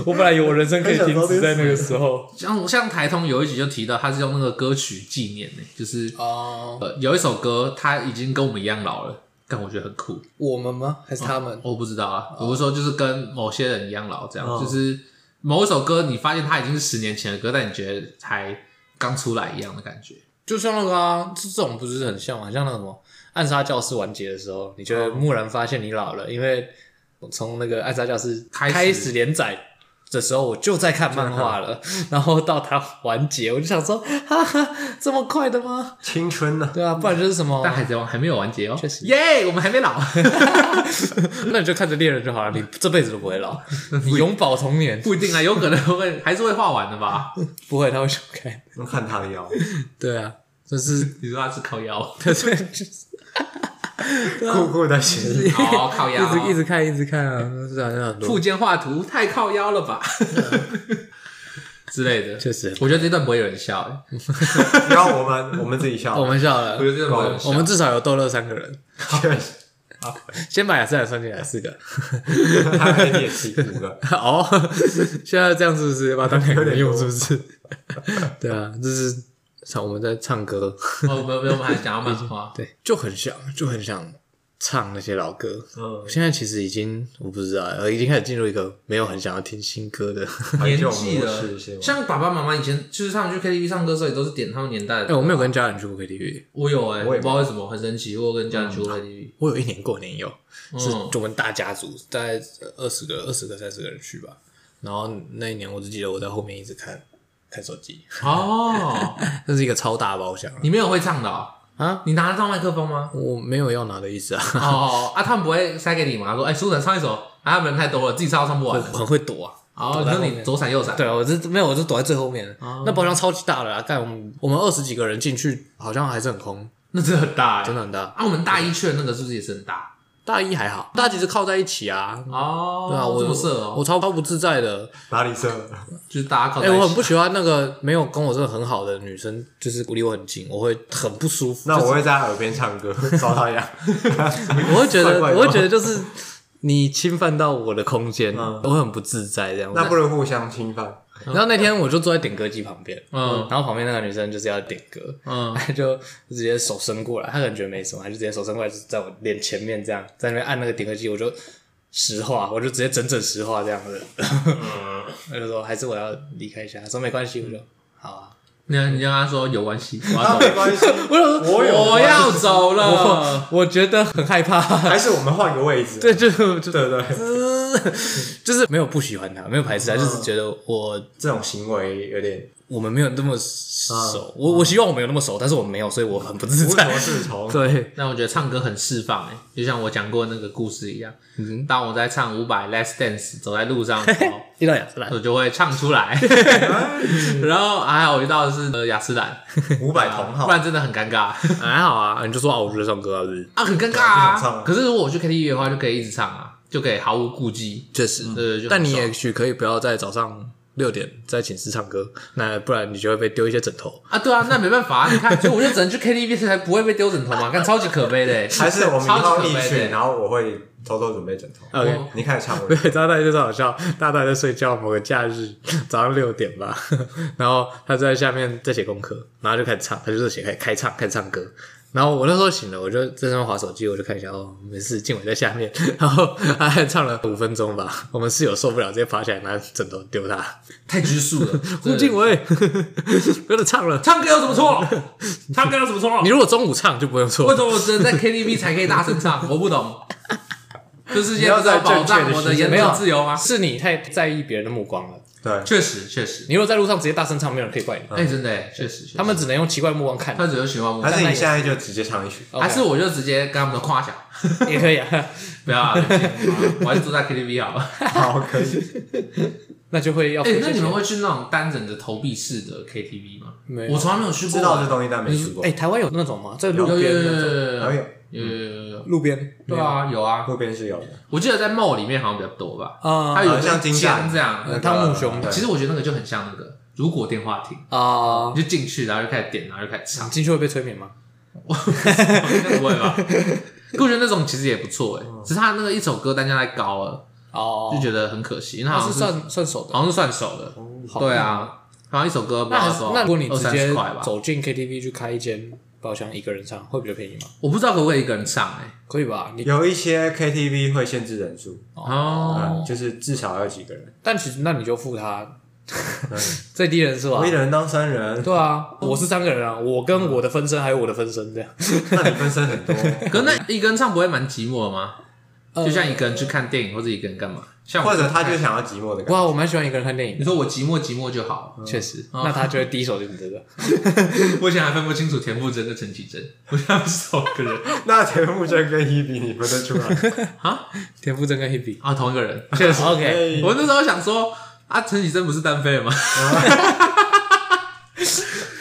Speaker 2: 我本来以为我人生可以停止在那个时候。
Speaker 1: 像像台通有一集就提到，他是用那个歌曲纪念呢、就是
Speaker 2: 哦，
Speaker 1: 呃有一首歌，他已经跟我们一样老了，但我觉得很酷。
Speaker 2: 我们吗？还是他们？
Speaker 1: 我不知道啊，我是说就是跟某些人一样老，这样、
Speaker 2: 哦
Speaker 1: 就是某一首歌，你发现它已经是十年前的歌，但你觉得才刚出来一样的感觉。
Speaker 2: 就像那个啊，这这种不是很像吗？像那个什么暗杀教室完结的时候，你就会蓦然发现你老了，因为从那个暗杀教室
Speaker 1: 开始
Speaker 2: 开始连载的时候，我就在看漫画 了，然后到它完结，我就想说，哈哈，这么快的吗？
Speaker 3: 嗯青春呢、
Speaker 2: 对啊，不然就是什么
Speaker 1: 但，海贼王还没有完结哦，
Speaker 2: 确实
Speaker 1: 耶我们还没老。
Speaker 2: 那你就看着猎人就好了，你这辈子都 不会老，你永葆童年。
Speaker 1: 不一定啊，有可能会还是会画完的吧？
Speaker 2: 不会，他会想开。
Speaker 3: 我看他的腰，
Speaker 2: 对啊，就是
Speaker 1: 你说他是靠腰，
Speaker 2: 对对， 就是
Speaker 1: 啊
Speaker 3: 酷酷的鞋，
Speaker 1: 好哦靠腰，
Speaker 2: 一直一直看，一直看啊，就是好像很多
Speaker 1: 附件画图太靠腰了吧 之类的。
Speaker 2: 确实，
Speaker 1: 我觉得这段不会有人笑、欸，
Speaker 3: 然后我们我们自己笑
Speaker 2: 我，
Speaker 1: 哦
Speaker 2: 们笑了
Speaker 1: 我，觉得这段不会有人笑。
Speaker 2: 我们至少有逗乐三个人。
Speaker 3: 确实，
Speaker 2: 先把雅思兰算进来四个
Speaker 3: 他给你也提 五个，
Speaker 2: 哦， 现在这样是不是把它当两个用是不 是？对啊，就是唱我们在唱歌，
Speaker 1: 哦，没有没有，我们还讲到漫画，
Speaker 2: 对，就很想就很想唱那些老歌。
Speaker 3: 嗯
Speaker 2: 我，现在其实已经我不知道，呃，已经开始进入一个没有很想要听新歌的。
Speaker 1: 年
Speaker 3: 这种
Speaker 1: 纪
Speaker 3: 模式
Speaker 1: 了
Speaker 3: 是，吗
Speaker 1: 像爸爸妈妈以前就是他们去 KTV 唱歌的时候，也都是点他们年代
Speaker 2: 哎、
Speaker 1: 的。
Speaker 2: 我没有跟家人去过 KTV，
Speaker 1: 我有哎、
Speaker 3: 我
Speaker 1: 我不
Speaker 3: 也没有
Speaker 1: 知道为什么，很神奇，我有跟家人
Speaker 2: 嗯
Speaker 1: 去过 KTV。
Speaker 2: 我有一年过年有，是
Speaker 1: 嗯
Speaker 2: 我们大家族，大概二十个、二十个、三十个人去吧。然后那一年我只记得我在后面一直看看手机，
Speaker 1: 哦，
Speaker 2: 那是一个超大包厢啊
Speaker 1: 你没有会唱的哦
Speaker 2: 啊！
Speaker 1: 你拿得到麦克风 吗？
Speaker 2: 我没有要拿的意思啊。
Speaker 1: 哦哦哦啊，他们不会塞给你吗？说哎，苏晨唱一首，啊，他们人太多了，自己唱都唱不完
Speaker 2: 我。很会躲啊。
Speaker 1: 哦，你
Speaker 2: 躲在
Speaker 1: 说
Speaker 2: 后面
Speaker 1: 你左闪右闪，
Speaker 2: 对啊，我这没有，我就躲在最后面。那包厢超级大了啊！干我们我们二十几个人进去，好像还是很空，
Speaker 1: 那真的很大哎、
Speaker 2: 真的很大。
Speaker 1: 啊，我们大一去的那个是不是也是很大？
Speaker 2: 大一还好，大家其实靠在一起啊。
Speaker 1: 哦，
Speaker 2: 对啊，我
Speaker 1: 这么色哦，
Speaker 2: 我超超不自在的。
Speaker 3: 哪里色？
Speaker 1: 就是大家靠
Speaker 2: 哎、
Speaker 1: 在一起。
Speaker 2: 我很不喜欢那个没有跟我真的很好的女生，就是离我很近，我会很不舒服。
Speaker 3: 那
Speaker 2: 就是
Speaker 3: 我会在他耳边唱歌， 烧 他痒。
Speaker 2: 我会觉得，
Speaker 3: 怪怪的
Speaker 2: 我会觉得就是你侵犯到我的空间，
Speaker 3: 嗯
Speaker 2: 我会很不自在这样。
Speaker 3: 那不能互相侵犯。
Speaker 2: 然后那天我就坐在点歌机旁边，
Speaker 1: 嗯
Speaker 2: 然后旁边那个女生就是要点歌，
Speaker 1: 嗯，
Speaker 2: 他就直接手伸过来，他可能觉得没什么，他就直接手伸过来，就是在我脸前面这样，在那边按那个点歌机，我就石化，我就直接整整石化这样子。 我就说还是我要离开一下，他说没关系，我就好啊。
Speaker 1: 那你跟他说有关系，我要走
Speaker 3: 那
Speaker 1: 了
Speaker 3: 没关系，
Speaker 2: 我就说
Speaker 3: 我有
Speaker 1: 我要走了。
Speaker 2: 我我觉得很害怕，
Speaker 3: 还是我们换个位置？
Speaker 2: 对，就就
Speaker 3: 对对，
Speaker 2: 就是没有不喜欢他，没有排斥他，就是觉得我
Speaker 3: 这种行为有点
Speaker 2: 我们没有那么熟，我我希望我们有那么熟，但是我们没有，所以我很不自
Speaker 3: 无所
Speaker 2: 在。
Speaker 3: 适 从。
Speaker 2: 对，
Speaker 1: 那我觉得唱歌很释放诶、就像我讲过那个故事一样。当我在唱伍佰《Last Dance》走在路上的时候，
Speaker 2: 遇到雅思兰，
Speaker 1: 我就会唱出来。 然后还好我遇到的是呃雅诗兰，啊
Speaker 3: 五百同
Speaker 1: 不
Speaker 3: 号，
Speaker 1: 然真的很尴尬
Speaker 2: 还好啊， 你就说啊，我觉得唱歌啊，是不是
Speaker 1: 啊，很尴尬
Speaker 3: 不想唱
Speaker 1: 啊
Speaker 3: 啊。
Speaker 1: 可是如果我去 KTV 的话，就可以一直唱啊，就可以毫无顾忌。
Speaker 2: 确实，
Speaker 1: 对，就很
Speaker 2: 嗯但你
Speaker 1: 爽
Speaker 2: 也许可以不要在早上六点在寝室唱歌，那不然你就会被丢一些枕头。
Speaker 1: 啊，对啊，那没办法、啊，你看，所以我就只能去 KTV 才不会被丢枕头嘛，看超级可悲的、欸。
Speaker 3: 还是我们以后一
Speaker 1: 超级可悲
Speaker 3: 去，
Speaker 1: 的
Speaker 3: 然后我会偷偷准备枕头。
Speaker 2: OK，
Speaker 3: 你开始唱，我
Speaker 2: 哦对，大家就是好笑，大家在睡觉，某个假日 早上六点吧， 然后他就在下面在写功课，然后就开始唱，他就是写开开唱开始唱歌。然后我那时候醒了，我就在上面划手机，我就看一下，哦，没事，静伟在下面。 然后他还唱了五分钟吧，我们室友受不了，直接爬起来拿枕头丢他。
Speaker 1: 太拘束了。
Speaker 2: 顾静伟， 不要再唱了。
Speaker 1: 唱歌有什么 错？唱歌有什么错
Speaker 2: 你？如果中午唱就不用错
Speaker 1: 为。什么我只能 在 KTV 才可以大声唱？我不懂。这世界
Speaker 3: 你要
Speaker 1: 不是要
Speaker 3: 在
Speaker 1: 保
Speaker 3: 正确的
Speaker 1: 障我的
Speaker 3: 时间
Speaker 1: 言
Speaker 2: 没有
Speaker 1: 论自由吗？
Speaker 2: 啊是你太在意别人的目光了。
Speaker 3: 对，
Speaker 1: 确实，确实，
Speaker 2: 你如果在路上直接大声唱，没有人可以怪你，
Speaker 1: 哎、真的、欸，确实，确实
Speaker 2: 他们只能用奇怪的目光看
Speaker 1: 他只是喜欢我
Speaker 3: 还，是你现在就直接唱一曲？
Speaker 2: 你。
Speaker 1: 嗯还是我就直接跟他们夸奖，
Speaker 2: OK，也可以 啊，
Speaker 1: 不要、啊， 对不起我还是住在 KTV 好了。
Speaker 3: 好， 可以。
Speaker 2: 那就会要
Speaker 1: 哎、
Speaker 2: 付一些
Speaker 1: 那
Speaker 2: 钱。
Speaker 1: 你们会去那种单人的投币式的 KTV 吗？
Speaker 2: 没有
Speaker 1: 我从来没有去过。
Speaker 3: 知道这东西，但没去过
Speaker 2: 哎，。台湾有那种吗？在
Speaker 1: 有
Speaker 2: 路
Speaker 1: 有有
Speaker 2: 边
Speaker 1: 有
Speaker 2: 那种，
Speaker 1: 有
Speaker 3: 还有
Speaker 1: 有有有。
Speaker 2: 路边
Speaker 1: 对啊，有啊，
Speaker 3: 路边是有的，
Speaker 1: 我记得在 mall 里面好像比较多吧，
Speaker 2: 啊
Speaker 1: 它有一
Speaker 3: 好像
Speaker 1: 嗯个
Speaker 3: 金价
Speaker 1: 枪这样。
Speaker 2: 呃汤姆熊
Speaker 3: 对
Speaker 1: 其实我觉得那个就很像那个如果电话亭，
Speaker 2: 啊，
Speaker 1: 你就 进去，然后就开始点，然后就开始唱，
Speaker 2: 进去会被催眠吗？
Speaker 1: 应该不会吧？可我觉得那种其实也不错哎、只是他那个一首歌单价太高了，
Speaker 2: 嗯哦
Speaker 1: 就觉得很可惜。那好
Speaker 2: 那
Speaker 1: 像
Speaker 2: 是
Speaker 1: 是
Speaker 2: 算算手的。
Speaker 1: 好像是算熟的，
Speaker 2: 好
Speaker 1: 对啊，好像一首歌不知
Speaker 2: 那
Speaker 1: 道
Speaker 2: 还
Speaker 1: 多
Speaker 2: 是
Speaker 1: 少，
Speaker 2: 那如果你
Speaker 1: 二
Speaker 2: 直
Speaker 1: 三
Speaker 2: 接
Speaker 1: 十块吧，
Speaker 2: 走进 KTV 去开一间包厢一个人唱，会比较便宜吗？
Speaker 1: 我不知道可不可以一个人唱哎、
Speaker 2: 可以吧？你
Speaker 4: 有一些 KTV 会限制人数，
Speaker 1: 哦
Speaker 4: 嗯，就是至少要几个人，
Speaker 2: 但其实那你就付他
Speaker 1: 嗯
Speaker 2: 最低人是吧
Speaker 4: 我一？人当三人，
Speaker 2: 哦对啊，我是三个人啊，我跟我的分身还有我的分身这样。
Speaker 4: 那你分身很多。
Speaker 1: 可那一个人唱不会蛮寂寞的吗？
Speaker 2: 呃
Speaker 1: 就像一个人去看电影或者一个人干嘛，像我
Speaker 4: 或者他就想要寂寞的感觉，
Speaker 2: 哇，我蛮喜欢一个人看电影
Speaker 1: 你
Speaker 2: 的，
Speaker 1: 说我寂寞寂寞就好，
Speaker 2: 确实。
Speaker 1: 哦
Speaker 2: 那他就会第一首就是这个。
Speaker 1: 我以前还分不清楚田馥甄跟陈绮贞，我现在不是同一个人
Speaker 4: 那田馥甄跟伊比你分得出来？
Speaker 2: 田馥甄跟 Hebe，
Speaker 1: 啊，同一个人。
Speaker 2: 确实 OK。
Speaker 1: 我那时候想说啊，陈绮贞不是单飞了吗？
Speaker 4: 单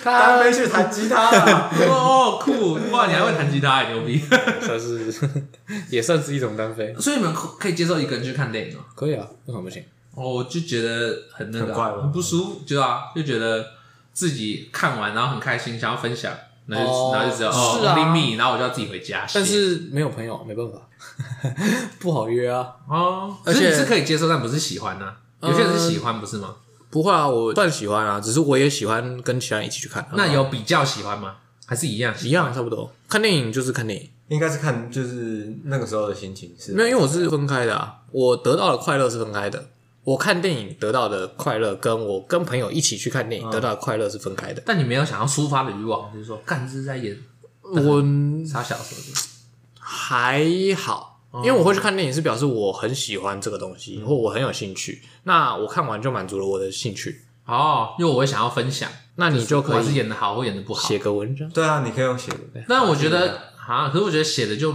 Speaker 2: 他
Speaker 4: 飞去弹吉他
Speaker 3: 啊
Speaker 4: 啦，
Speaker 1: 哦，酷！哇，你还会弹吉他，牛逼！
Speaker 2: 算是 也算是一种单飞，
Speaker 1: 所以你们可以接受一个人去看电影吗？
Speaker 2: 可以啊，为什么不行？
Speaker 1: 哦，我就觉得很那个
Speaker 4: 很怪
Speaker 1: 啊，
Speaker 4: 吗
Speaker 1: 很不舒服，就啊，就觉得自己看完然后很开心，想要分享，然后就、
Speaker 2: 哦
Speaker 1: 然后就只有
Speaker 2: 是啊
Speaker 1: 哦，only me，然后我就要自己回家。
Speaker 2: 但
Speaker 1: 谢谢
Speaker 2: 是没有朋友，没办法， 不好约啊。
Speaker 1: 哦，
Speaker 2: 而
Speaker 1: 而
Speaker 2: 且呃
Speaker 1: 且是可以接受，但不是喜欢呐、有些人是喜欢，不是吗？
Speaker 2: 不会啊，我算喜欢啊，只是我也喜欢跟其他人一起去看。
Speaker 1: 那有比较喜欢吗？还是一样？
Speaker 2: 一样差不多，看电影就是看电影，
Speaker 4: 应该是看就是那个时候的心情是
Speaker 2: 没。有，因为我是分开的啊，我得到的快乐是分开的。我看电影得到的快乐，跟我跟朋友一起去看电影得到的快乐是分开的。
Speaker 1: 但你没有想要抒发的欲望，就是说，干这是在演
Speaker 2: 我
Speaker 1: 傻小说的。
Speaker 2: 还好，因为我会去看电影是表示我很喜欢这个东西，或我很有兴趣。那我看完就满足了我的兴趣，
Speaker 1: 哦，因为我会想要分享，
Speaker 2: 那你就
Speaker 1: 不
Speaker 2: 可
Speaker 1: 管是
Speaker 2: 以
Speaker 1: 演的好或演的不好。
Speaker 2: 写个文章。
Speaker 4: 对啊，你可以用写的，
Speaker 1: 但我觉得啊，可是我觉得写的就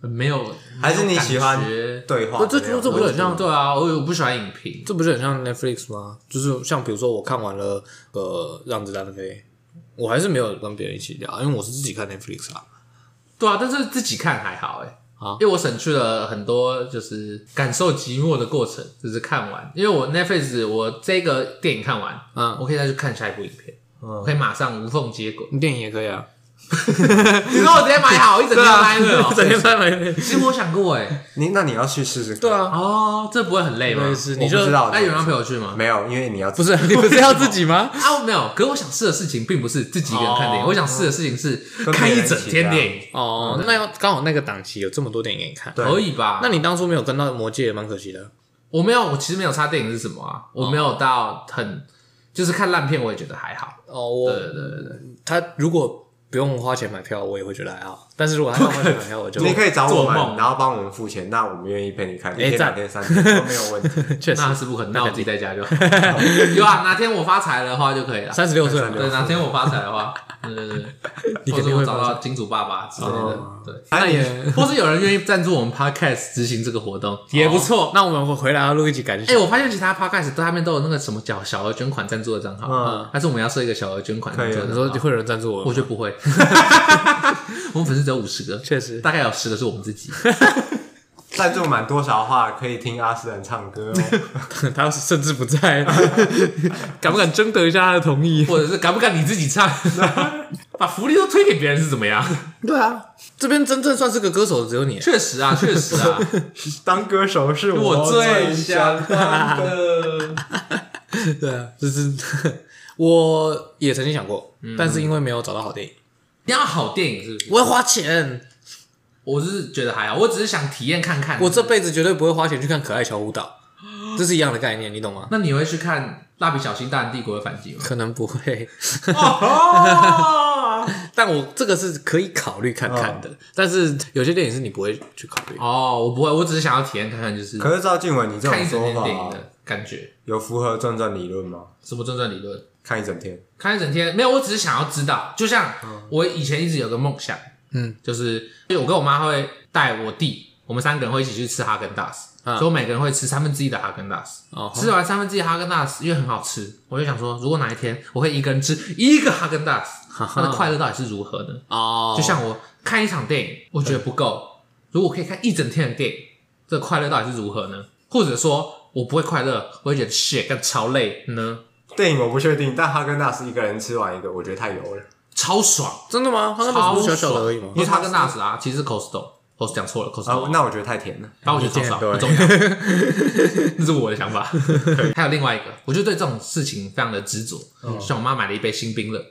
Speaker 1: 呃没有，
Speaker 4: 还是你喜欢
Speaker 1: 没有感觉
Speaker 4: 对话
Speaker 2: 不
Speaker 4: 的
Speaker 2: 这
Speaker 4: 内容？
Speaker 2: 这不是很像
Speaker 1: 对啊，我我不喜欢影评，
Speaker 2: 这不是很像 Netflix 吗？就是像比如说我看完了呃《让子弹飞》，我还是没有跟别人一起聊，因为我是自己看 Netflix 啊。
Speaker 1: 对啊，但是自己看还好哎、
Speaker 2: 啊
Speaker 1: 因为我省去了很多就是感受寂寞的过程，就是看完，因为我 Netflix 我这个电影看完，
Speaker 2: 嗯
Speaker 1: 我可以再去看下一部影片，我可以马上无缝接轨。
Speaker 2: 你电影也可以啊，
Speaker 1: 你说我直接买好一整天拍了、 哦
Speaker 2: 整天翻来
Speaker 1: 其实我想过哎、
Speaker 4: 你那你要去试试看。
Speaker 2: 对啊，
Speaker 1: 哦，这不会很累吗？哎
Speaker 2: 对是
Speaker 4: 我
Speaker 2: 你就
Speaker 4: 不知道
Speaker 1: 那有人要陪我去吗？
Speaker 4: 没有，因为你要
Speaker 2: 不 是你不是要自己吗？
Speaker 1: 啊，没有。可是我想试的事情并不是自己一个人看电影，
Speaker 2: 哦
Speaker 1: 我想试的事情是
Speaker 4: 跟
Speaker 1: 看
Speaker 4: 别人
Speaker 1: 一
Speaker 4: 一起
Speaker 1: 整天
Speaker 4: 看
Speaker 1: 电影，
Speaker 2: 哦，那要刚好那个档期有这么多电影给你看，
Speaker 4: 对
Speaker 1: 可以吧？
Speaker 2: 那你当初没有跟到《魔戒》也蛮可惜的。
Speaker 1: 我没有，我其实没有差电影是什么啊，我没有到很，就是看烂片我也觉得还好。
Speaker 2: 哦，我
Speaker 1: 对对对对，
Speaker 2: 他如果不用花钱买票，我也会觉得还啊好。但是如果他要花钱买票，我就
Speaker 4: 你可以找我
Speaker 1: 做梦
Speaker 4: 们，然后帮我们付钱，那我们愿意陪你看，一天、两
Speaker 2: 赞
Speaker 4: 天、三天都没有问题。
Speaker 2: 确实
Speaker 1: 那是不可能，那我自己在家就好。有啊，哪天我发财的话就可以了。
Speaker 2: 三十六岁了嘛，
Speaker 1: 对，哪天我发财的话，对对对，
Speaker 2: 你
Speaker 1: 或者
Speaker 2: 肯定
Speaker 1: 我
Speaker 2: 会
Speaker 1: 找
Speaker 2: 发
Speaker 1: 到
Speaker 2: 财。哦
Speaker 1: 金主爸爸之类的，对，
Speaker 2: 那
Speaker 4: 哎，
Speaker 2: 也
Speaker 1: 或是有人愿意赞助我们 podcast 执行这个活动
Speaker 2: 也不。错。那我们回来要啊录一集感
Speaker 1: 哎、
Speaker 2: 想。
Speaker 1: 我发现其他 podcast 对他们都有那个什么小小额捐款赞助的账号，
Speaker 4: 嗯
Speaker 1: 但是我们要设一个小额捐款赞助
Speaker 4: 可以
Speaker 1: 的
Speaker 2: 你
Speaker 1: 账
Speaker 2: 说
Speaker 1: 号。
Speaker 2: 会有人赞助我
Speaker 1: 我
Speaker 2: 吗？
Speaker 1: 觉得不会， 我们粉丝只有五十个，
Speaker 2: 确实
Speaker 1: 大概有十个是我们自己。
Speaker 4: 赞助满多少的话，可以听阿斯兰唱歌哦。
Speaker 2: 他甚至不在， 敢不敢征得一下他的同意？
Speaker 1: 或者是敢不敢你自己 唱，把福利都推给别人是怎么样？
Speaker 2: 对啊，这边真正算是个歌手的只有你。
Speaker 1: 确实啊，确实啊，
Speaker 4: 当歌手是
Speaker 1: 我最
Speaker 4: 最
Speaker 1: 想当的。
Speaker 2: 对啊，就是 我也曾经想过，但是因为没有找到好电影，
Speaker 1: 你要好电影是不是？
Speaker 2: 我会花钱，
Speaker 1: 我是觉得还好，我只是想体验看看。
Speaker 2: 我这辈子绝对不会花钱去看《可爱小舞蹈》，这是一样的概念，你懂吗？
Speaker 1: 那你会去看《蜡笔小新：大人帝国的反击》吗？
Speaker 2: 可能不会，
Speaker 1: 哦
Speaker 2: 但我这个是可以考虑看看的。但是有些电影是你不会去考虑。
Speaker 1: 哦，我不会，我只是想要体验看看，就是
Speaker 4: 可是赵静雯，你这
Speaker 1: 看
Speaker 4: 种
Speaker 1: 一整
Speaker 4: 说
Speaker 1: 天电影
Speaker 4: 法
Speaker 1: 的感觉。
Speaker 4: 有符合正正理论吗？
Speaker 1: 什么正传理论？
Speaker 4: 看一整天，
Speaker 1: 看一整天没有，我只是想要知道。就像我以前一直有个梦想，
Speaker 2: 嗯，
Speaker 1: 就是因为我跟我妈会带我弟，我们三个人会一起去吃哈根达斯，
Speaker 2: 嗯
Speaker 1: 所以我每个人会吃三分之一的哈根达斯。
Speaker 2: 哦
Speaker 1: 吃完三分之一哈根达斯，因为很好吃，我就想说，如果哪一天我可以一个人吃 一个哈根达斯，那的快乐到底是如何呢？
Speaker 2: 哦
Speaker 1: 就像我看一场电影，我觉得不够，如果我可以看一整天的电影，这快乐到底是如何呢？或者说，我不会快乐，我会觉得 shit 干超累呢，
Speaker 4: 电影我不确定，但哈根达斯一个人吃完一个，我觉得太油了。
Speaker 1: 超爽。
Speaker 2: 真的吗？他那不是
Speaker 1: 超
Speaker 2: 小小的而已吗
Speaker 1: 因？为哈根达斯啊，其实是 Costco，哦，讲错了口
Speaker 3: 啊
Speaker 1: 哨，，
Speaker 3: 那我觉得太甜了。
Speaker 1: 把我觉得超少，
Speaker 2: 对
Speaker 1: 不重要， 这是我的想法。还有另外一个，我就对这种事情非常的执着。
Speaker 2: 嗯
Speaker 1: 像我妈买了一杯新冰乐，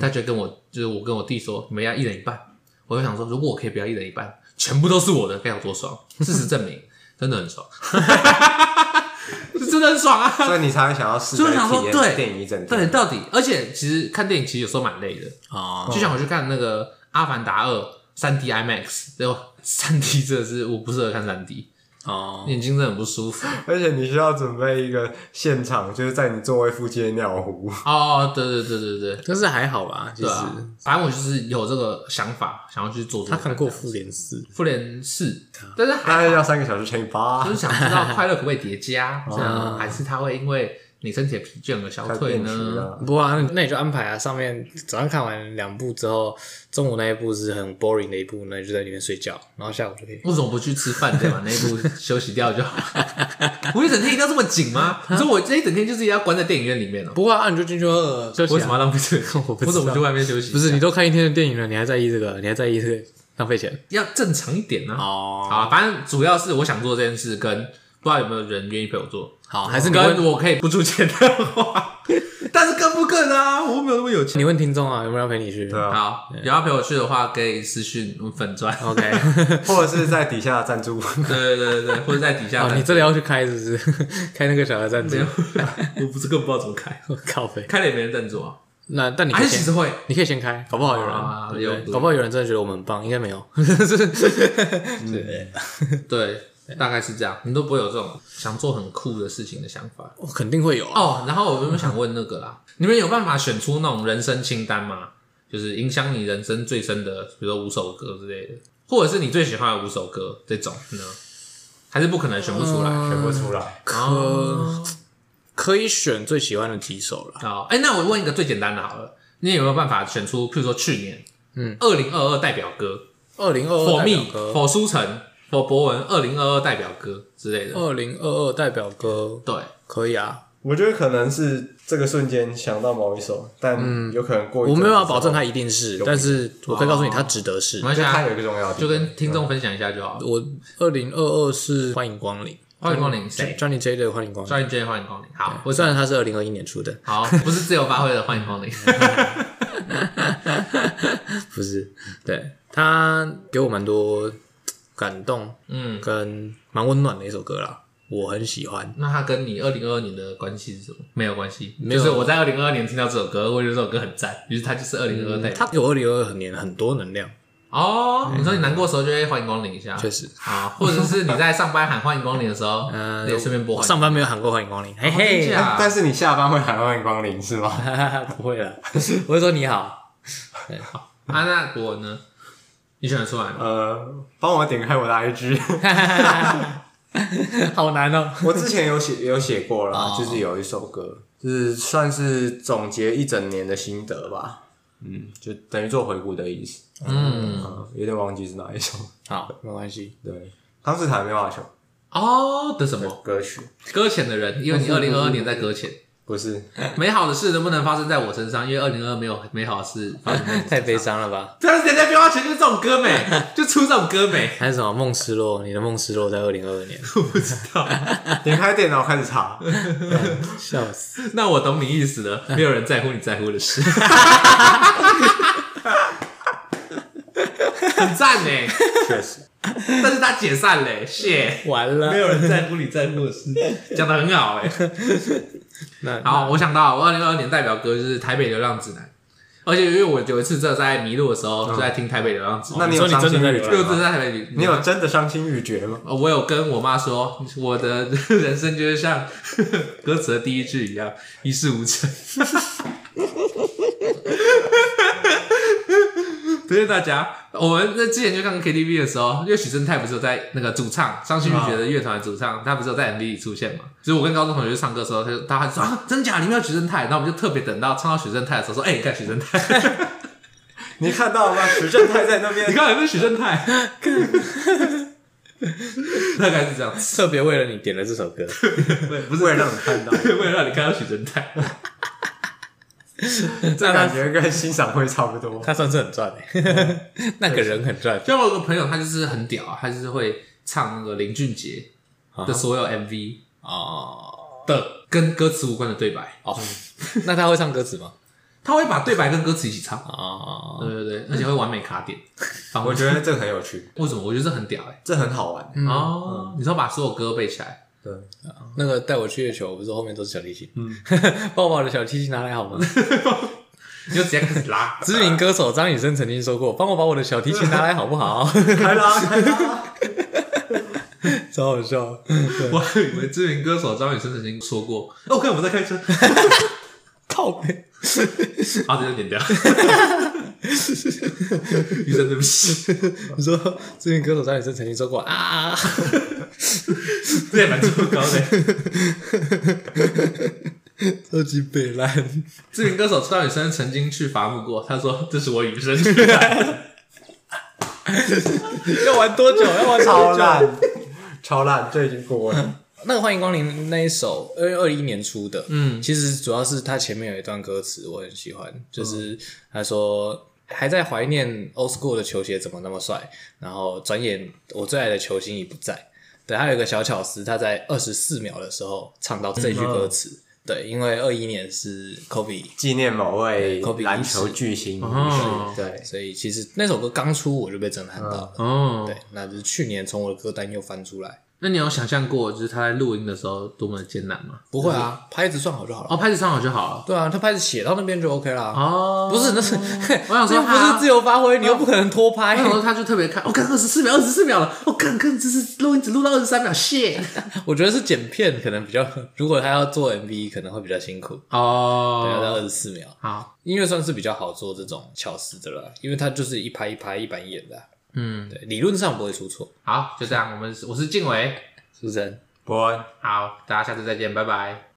Speaker 1: 她就跟我就是我跟我弟说，你们要一人一半。我就想说，如果我可以不要一人一半，全部都是我的，该有多爽！事实证明，真的很 爽， 是真的很爽啊！
Speaker 3: 所以你才会想要试
Speaker 1: 所以
Speaker 3: 着
Speaker 1: 我想说
Speaker 3: 体，
Speaker 1: 对
Speaker 3: 验电影一整
Speaker 1: 对，
Speaker 3: 天。
Speaker 1: 到底，而且其实看电影其实有时候蛮累的，
Speaker 2: 啊，
Speaker 1: 就像我去看那个《阿凡达二》三 D IMAX，对吧？ 三 D 真的是我不适合看三 D，
Speaker 2: 哦，
Speaker 1: 眼睛真的很不舒服。
Speaker 3: 而且你需要准备一个现场，就是在你座位附近的尿壶。
Speaker 1: 哦，对对对对对，
Speaker 2: 但是还好啦，其
Speaker 1: 对
Speaker 2: 实
Speaker 1: 啊，反正我就是有这个想法，想要去做做
Speaker 2: 他
Speaker 1: 看。
Speaker 2: 看过《啊复联四》，
Speaker 1: 复联四，但是还
Speaker 3: 大概要三个小时乘以八
Speaker 1: 就，是想知道快乐可不可以叠加，这样还是它会因为你身体的疲倦而消
Speaker 3: 快
Speaker 1: 退
Speaker 3: 哦变质
Speaker 1: 呢？
Speaker 3: 了。
Speaker 2: 不过、啊、那你就安排啊，上面早上看完两部之后，中午那一部是很 boring 的一部，那你就在里面睡觉，然后下午就可以。
Speaker 1: 为什么不去吃饭， 再把那一部休息掉就好 了？我一整天一定要这么紧 吗？你说我这一整天就是要关在电影院里面哦？
Speaker 2: 不过啊，你就进去喝，
Speaker 1: 我为
Speaker 2: 为
Speaker 1: 什
Speaker 2: 什
Speaker 1: 么要
Speaker 2: 么？
Speaker 1: 浪费这个？
Speaker 2: 我不
Speaker 1: 我
Speaker 2: 知道
Speaker 1: 怎么去外面休息？
Speaker 2: 不是你都看一天的电影了，你还在意这个？你还在意这个浪费钱？
Speaker 1: 要正常一点呢？
Speaker 2: 哦，
Speaker 1: 好啊，反正主要是我想做这件事，跟不知道有没有人愿意陪我做。
Speaker 2: 好，还是你问
Speaker 1: 跟我可以不出钱的 话，但是更不更啊？我没有那么有钱。
Speaker 2: 你问听众啊，有没有要陪你去？
Speaker 3: 对啊，
Speaker 1: 好，有要陪我去的话，可以私讯我们粉钻。
Speaker 2: ，OK，
Speaker 3: 或者是在底下赞助。
Speaker 1: 对对对对，或者在底下。
Speaker 2: 哦，你真的要去开是不是？ 开那个小的赞助
Speaker 1: 没有？ 我不是更不知道怎么开，
Speaker 2: 我靠呗。
Speaker 1: 开了也没人赞助啊。
Speaker 2: 那但你可
Speaker 1: 还
Speaker 2: 以
Speaker 1: 是其实
Speaker 2: 先，
Speaker 1: 会，
Speaker 2: 你可以先开，搞不好有
Speaker 1: 啊
Speaker 2: 人，对不
Speaker 1: 有
Speaker 2: 对搞不好有人真的觉得我们很棒，应该没有。
Speaker 1: 对，大概是这样。你都不会有这种想做很酷的事情的想法
Speaker 2: 我肯定会有啊。
Speaker 1: 哦。然后我就想问那个啦，你们有办法选出那种人生清单吗？就是影响你人生最深的，比如说五首歌之类的，或者是你最喜欢的五首歌这种呢？还是不可能选不出来？
Speaker 2: 呃
Speaker 3: 选不出来，
Speaker 1: 哦
Speaker 2: 可以选最喜欢的几首啦。
Speaker 1: 好，哎、那我问一个最简单的好了，你有没有办法选出，譬如说去年，嗯，二零二二代表歌
Speaker 2: 二零二
Speaker 1: ，For
Speaker 2: 二代表
Speaker 1: me
Speaker 2: 歌，
Speaker 1: for 苏晨，for 博文，二零二二代表歌之类的。
Speaker 2: 二零二二代表歌
Speaker 1: 对，
Speaker 2: 可以啊。
Speaker 3: 我觉得可能是这个瞬间想到某一首，但有可能过一
Speaker 2: 我
Speaker 3: 阵子
Speaker 2: 没
Speaker 3: 之
Speaker 2: 有
Speaker 3: 后
Speaker 2: 办法保证它一定是，但是我可以告诉你，它值得是
Speaker 1: 没。关系
Speaker 3: 就它
Speaker 1: 啊
Speaker 3: 有，一个重要的地方，
Speaker 1: 就跟听众分享一下就好。
Speaker 2: 我二零二二是欢迎光临
Speaker 1: 欢迎光临谁
Speaker 2: ，Johnny J 的欢迎光临。
Speaker 1: 专业界欢迎光临。好，
Speaker 2: 我虽然它是二零二一年出的，
Speaker 1: 好，不是自由发挥的欢迎光临。
Speaker 2: 不是，对它给我蛮多感动
Speaker 1: 嗯，
Speaker 2: 跟蛮温暖的一首歌啦，我很喜欢。
Speaker 1: 那它跟你二零二二年的关系是什么？没有关系，
Speaker 2: 没
Speaker 1: 就
Speaker 2: 有
Speaker 1: 是我在二零二二年听到这首歌，我觉得这首歌很赞，于是它就是二零二二代表。
Speaker 2: 它给我二零二二年很多能量，
Speaker 1: 哦，你说你难过的时候就会欢迎光临一下，
Speaker 2: 确实。
Speaker 1: 啊，或者是你在上班喊欢迎光临的时 候，
Speaker 2: 嗯
Speaker 1: 嗯，也顺便播
Speaker 2: 我哦
Speaker 1: 欢迎
Speaker 2: 上班没有喊过欢迎光临，嘿
Speaker 1: 真
Speaker 2: 嘿，
Speaker 1: 假
Speaker 3: 但是你下班会喊欢迎光临是吗？
Speaker 2: 不会了，我是说你 好，
Speaker 1: 啊，那我呢？你选得出来吗？
Speaker 3: 呃，帮我点开我的 IG，
Speaker 2: 好难哦。
Speaker 3: 我之前有写有写过
Speaker 2: 哦
Speaker 3: 啦，就是有一首歌，就是算是总结一整年的心得吧。嗯，就等于做回顾的意思。
Speaker 1: 嗯，
Speaker 3: 嗯，有点忘记是哪一首。
Speaker 2: 好，没关 系。
Speaker 3: 对，康斯坦没办法选
Speaker 1: 哦，的什么？
Speaker 3: 歌曲，
Speaker 1: 搁浅的人，因
Speaker 2: 嗯
Speaker 1: 为你二零二二年在搁浅。
Speaker 3: 不是
Speaker 1: 美好的事能不能发生在我身上？因为二零二没有美好的事发生在我身上。
Speaker 2: 太悲伤了吧？
Speaker 1: 但是人家标花钱就是这种歌 美，就出这种歌美。
Speaker 2: 还有什么梦失落？你的梦失落在二零二二年，
Speaker 3: 点开电脑开始查，
Speaker 2: 笑死！
Speaker 1: 那我懂你意思 了，没有人在乎你在乎的 事。很赞呢，
Speaker 3: 确实
Speaker 1: 但是他解散嘞，谢。
Speaker 2: 完了，
Speaker 1: 没有人在乎你在乎的 事，讲的很好 哎、
Speaker 2: 那
Speaker 1: 好，我想到我二零二二年代表歌就是《台北流浪指南》，而且因为我有一次真的在迷路的时候，就在听《台北流浪指南
Speaker 3: 那》你
Speaker 2: 说哦
Speaker 3: 有
Speaker 2: 你
Speaker 3: 伤
Speaker 2: 真的
Speaker 3: 心
Speaker 2: 在啊
Speaker 3: 欲
Speaker 2: 旅
Speaker 1: 就
Speaker 3: 绝
Speaker 1: 真的
Speaker 3: 吗？
Speaker 1: 在台北旅，
Speaker 3: 你有真的伤心欲绝 吗？
Speaker 1: 呃我有跟我妈说，我的人生就是像歌词的第一句一样，一事无成。推荐大家，我们那之前就看 KTV 的时候，因为许正泰不是有在那个主唱伤心欲绝的乐团的主唱，他不是有在 MV 里出现嘛？所以我跟高中同学去唱歌的时候，他就大家就说、啊、真假，你们有许正泰，然后我们就特别等到唱到许正泰的时候说，哎、你看许正泰，
Speaker 3: 你看到了吗？徐正泰在那
Speaker 1: 你
Speaker 3: 边，
Speaker 1: 看有没有许正泰？ 大概是这样子。
Speaker 2: 特别为了你点了这首歌，
Speaker 3: 不是为了让你看到。
Speaker 1: 为了让你看到许正泰。
Speaker 3: 这感觉跟欣赏会差 不多。
Speaker 2: 他算是很赚欸 那个人很赚。
Speaker 1: 像我有个朋友，他就是很屌啊，他就是会唱那个林俊杰的所有 MV
Speaker 2: 哦
Speaker 1: 的跟歌词无关的对白，
Speaker 2: 哦， 那他会唱歌词吗？
Speaker 1: 他会把对白跟歌词一起唱，
Speaker 2: 哦，
Speaker 1: 对对对，而且会完美卡 点。反
Speaker 3: 我觉得这个很有趣，
Speaker 1: 为什么？我觉得这很屌哎、
Speaker 3: 这很好玩。
Speaker 1: 哦，你说把所有歌背起来，
Speaker 2: 那个带我去月球，不是后面都是小提琴？ 嗯，抱抱的小提琴拿来好 吗？
Speaker 1: 你就直接开始 拉
Speaker 2: 知名歌手张雨生曾经说过：“帮我把我的小提琴拿来好不好
Speaker 3: 开啦，开啦！？”
Speaker 2: 超好笑。
Speaker 1: 我还以为知名歌手张雨生曾经说过，OK，我们在哦开 车，
Speaker 2: 靠 背，
Speaker 1: 好，这就 剪掉。雨生，对不起，
Speaker 2: 你说知名歌手张雨生曾经说过 啊，
Speaker 1: 这也蛮糟糕的。
Speaker 2: 超级北烂。
Speaker 1: 知名歌手张雨生曾经去伐木过，他说：“这是我与 生俱
Speaker 2: 要玩多久？要玩
Speaker 3: 哎超
Speaker 2: 多久？
Speaker 3: 烂， 超烂，这已经过了。
Speaker 2: 那个《欢迎光临》那一首，二二一年出的，嗯，其实主要是它前面有一段歌词我很喜欢，就是他说还在怀念 old school 的球鞋怎么那么帅，然后转眼我最爱的球星已不在。对，还有一个小巧思，他在二十四秒的时候唱到这句歌词。对，因为二一年是 Kobe
Speaker 3: 纪念某位
Speaker 2: 科比
Speaker 3: 篮球巨星，
Speaker 1: 哦
Speaker 3: 是对，
Speaker 2: 所以其实那首歌刚出我就被震撼到了。
Speaker 1: 哦
Speaker 2: 对，那就是去年从我的歌单又翻出来。
Speaker 1: 那你有想象过，就是他在录音的时候多么的艰难吗？
Speaker 2: 不会啊，拍子算好就好了。
Speaker 1: 哦，拍子唱好就好了。
Speaker 2: 对啊，他拍子写到那边就 OK 啦。
Speaker 1: 哦，
Speaker 2: 不是，那是
Speaker 1: 我想说嗯
Speaker 2: 这又不
Speaker 1: 他
Speaker 2: 是自由发挥，你又不可能拖拍
Speaker 1: 他。有时候他就特别看，我看二十四秒，二十四秒了，我看看只是录音只录到二十三秒，shit。
Speaker 2: 我觉得是剪片可能比较，如果他要做 MV 可能会比较辛苦，要到
Speaker 1: 哦，
Speaker 2: 二十四秒。
Speaker 1: 好，
Speaker 2: 音乐算是比较好做这种巧思的了，因为它就是一拍一拍一板一眼的啊、
Speaker 1: 嗯，
Speaker 2: 对，理论上不会出错。
Speaker 1: 好，就这样，我们我是静伟，
Speaker 2: 是不是？
Speaker 3: 伯恩。
Speaker 1: 好，大家下次再见，拜拜。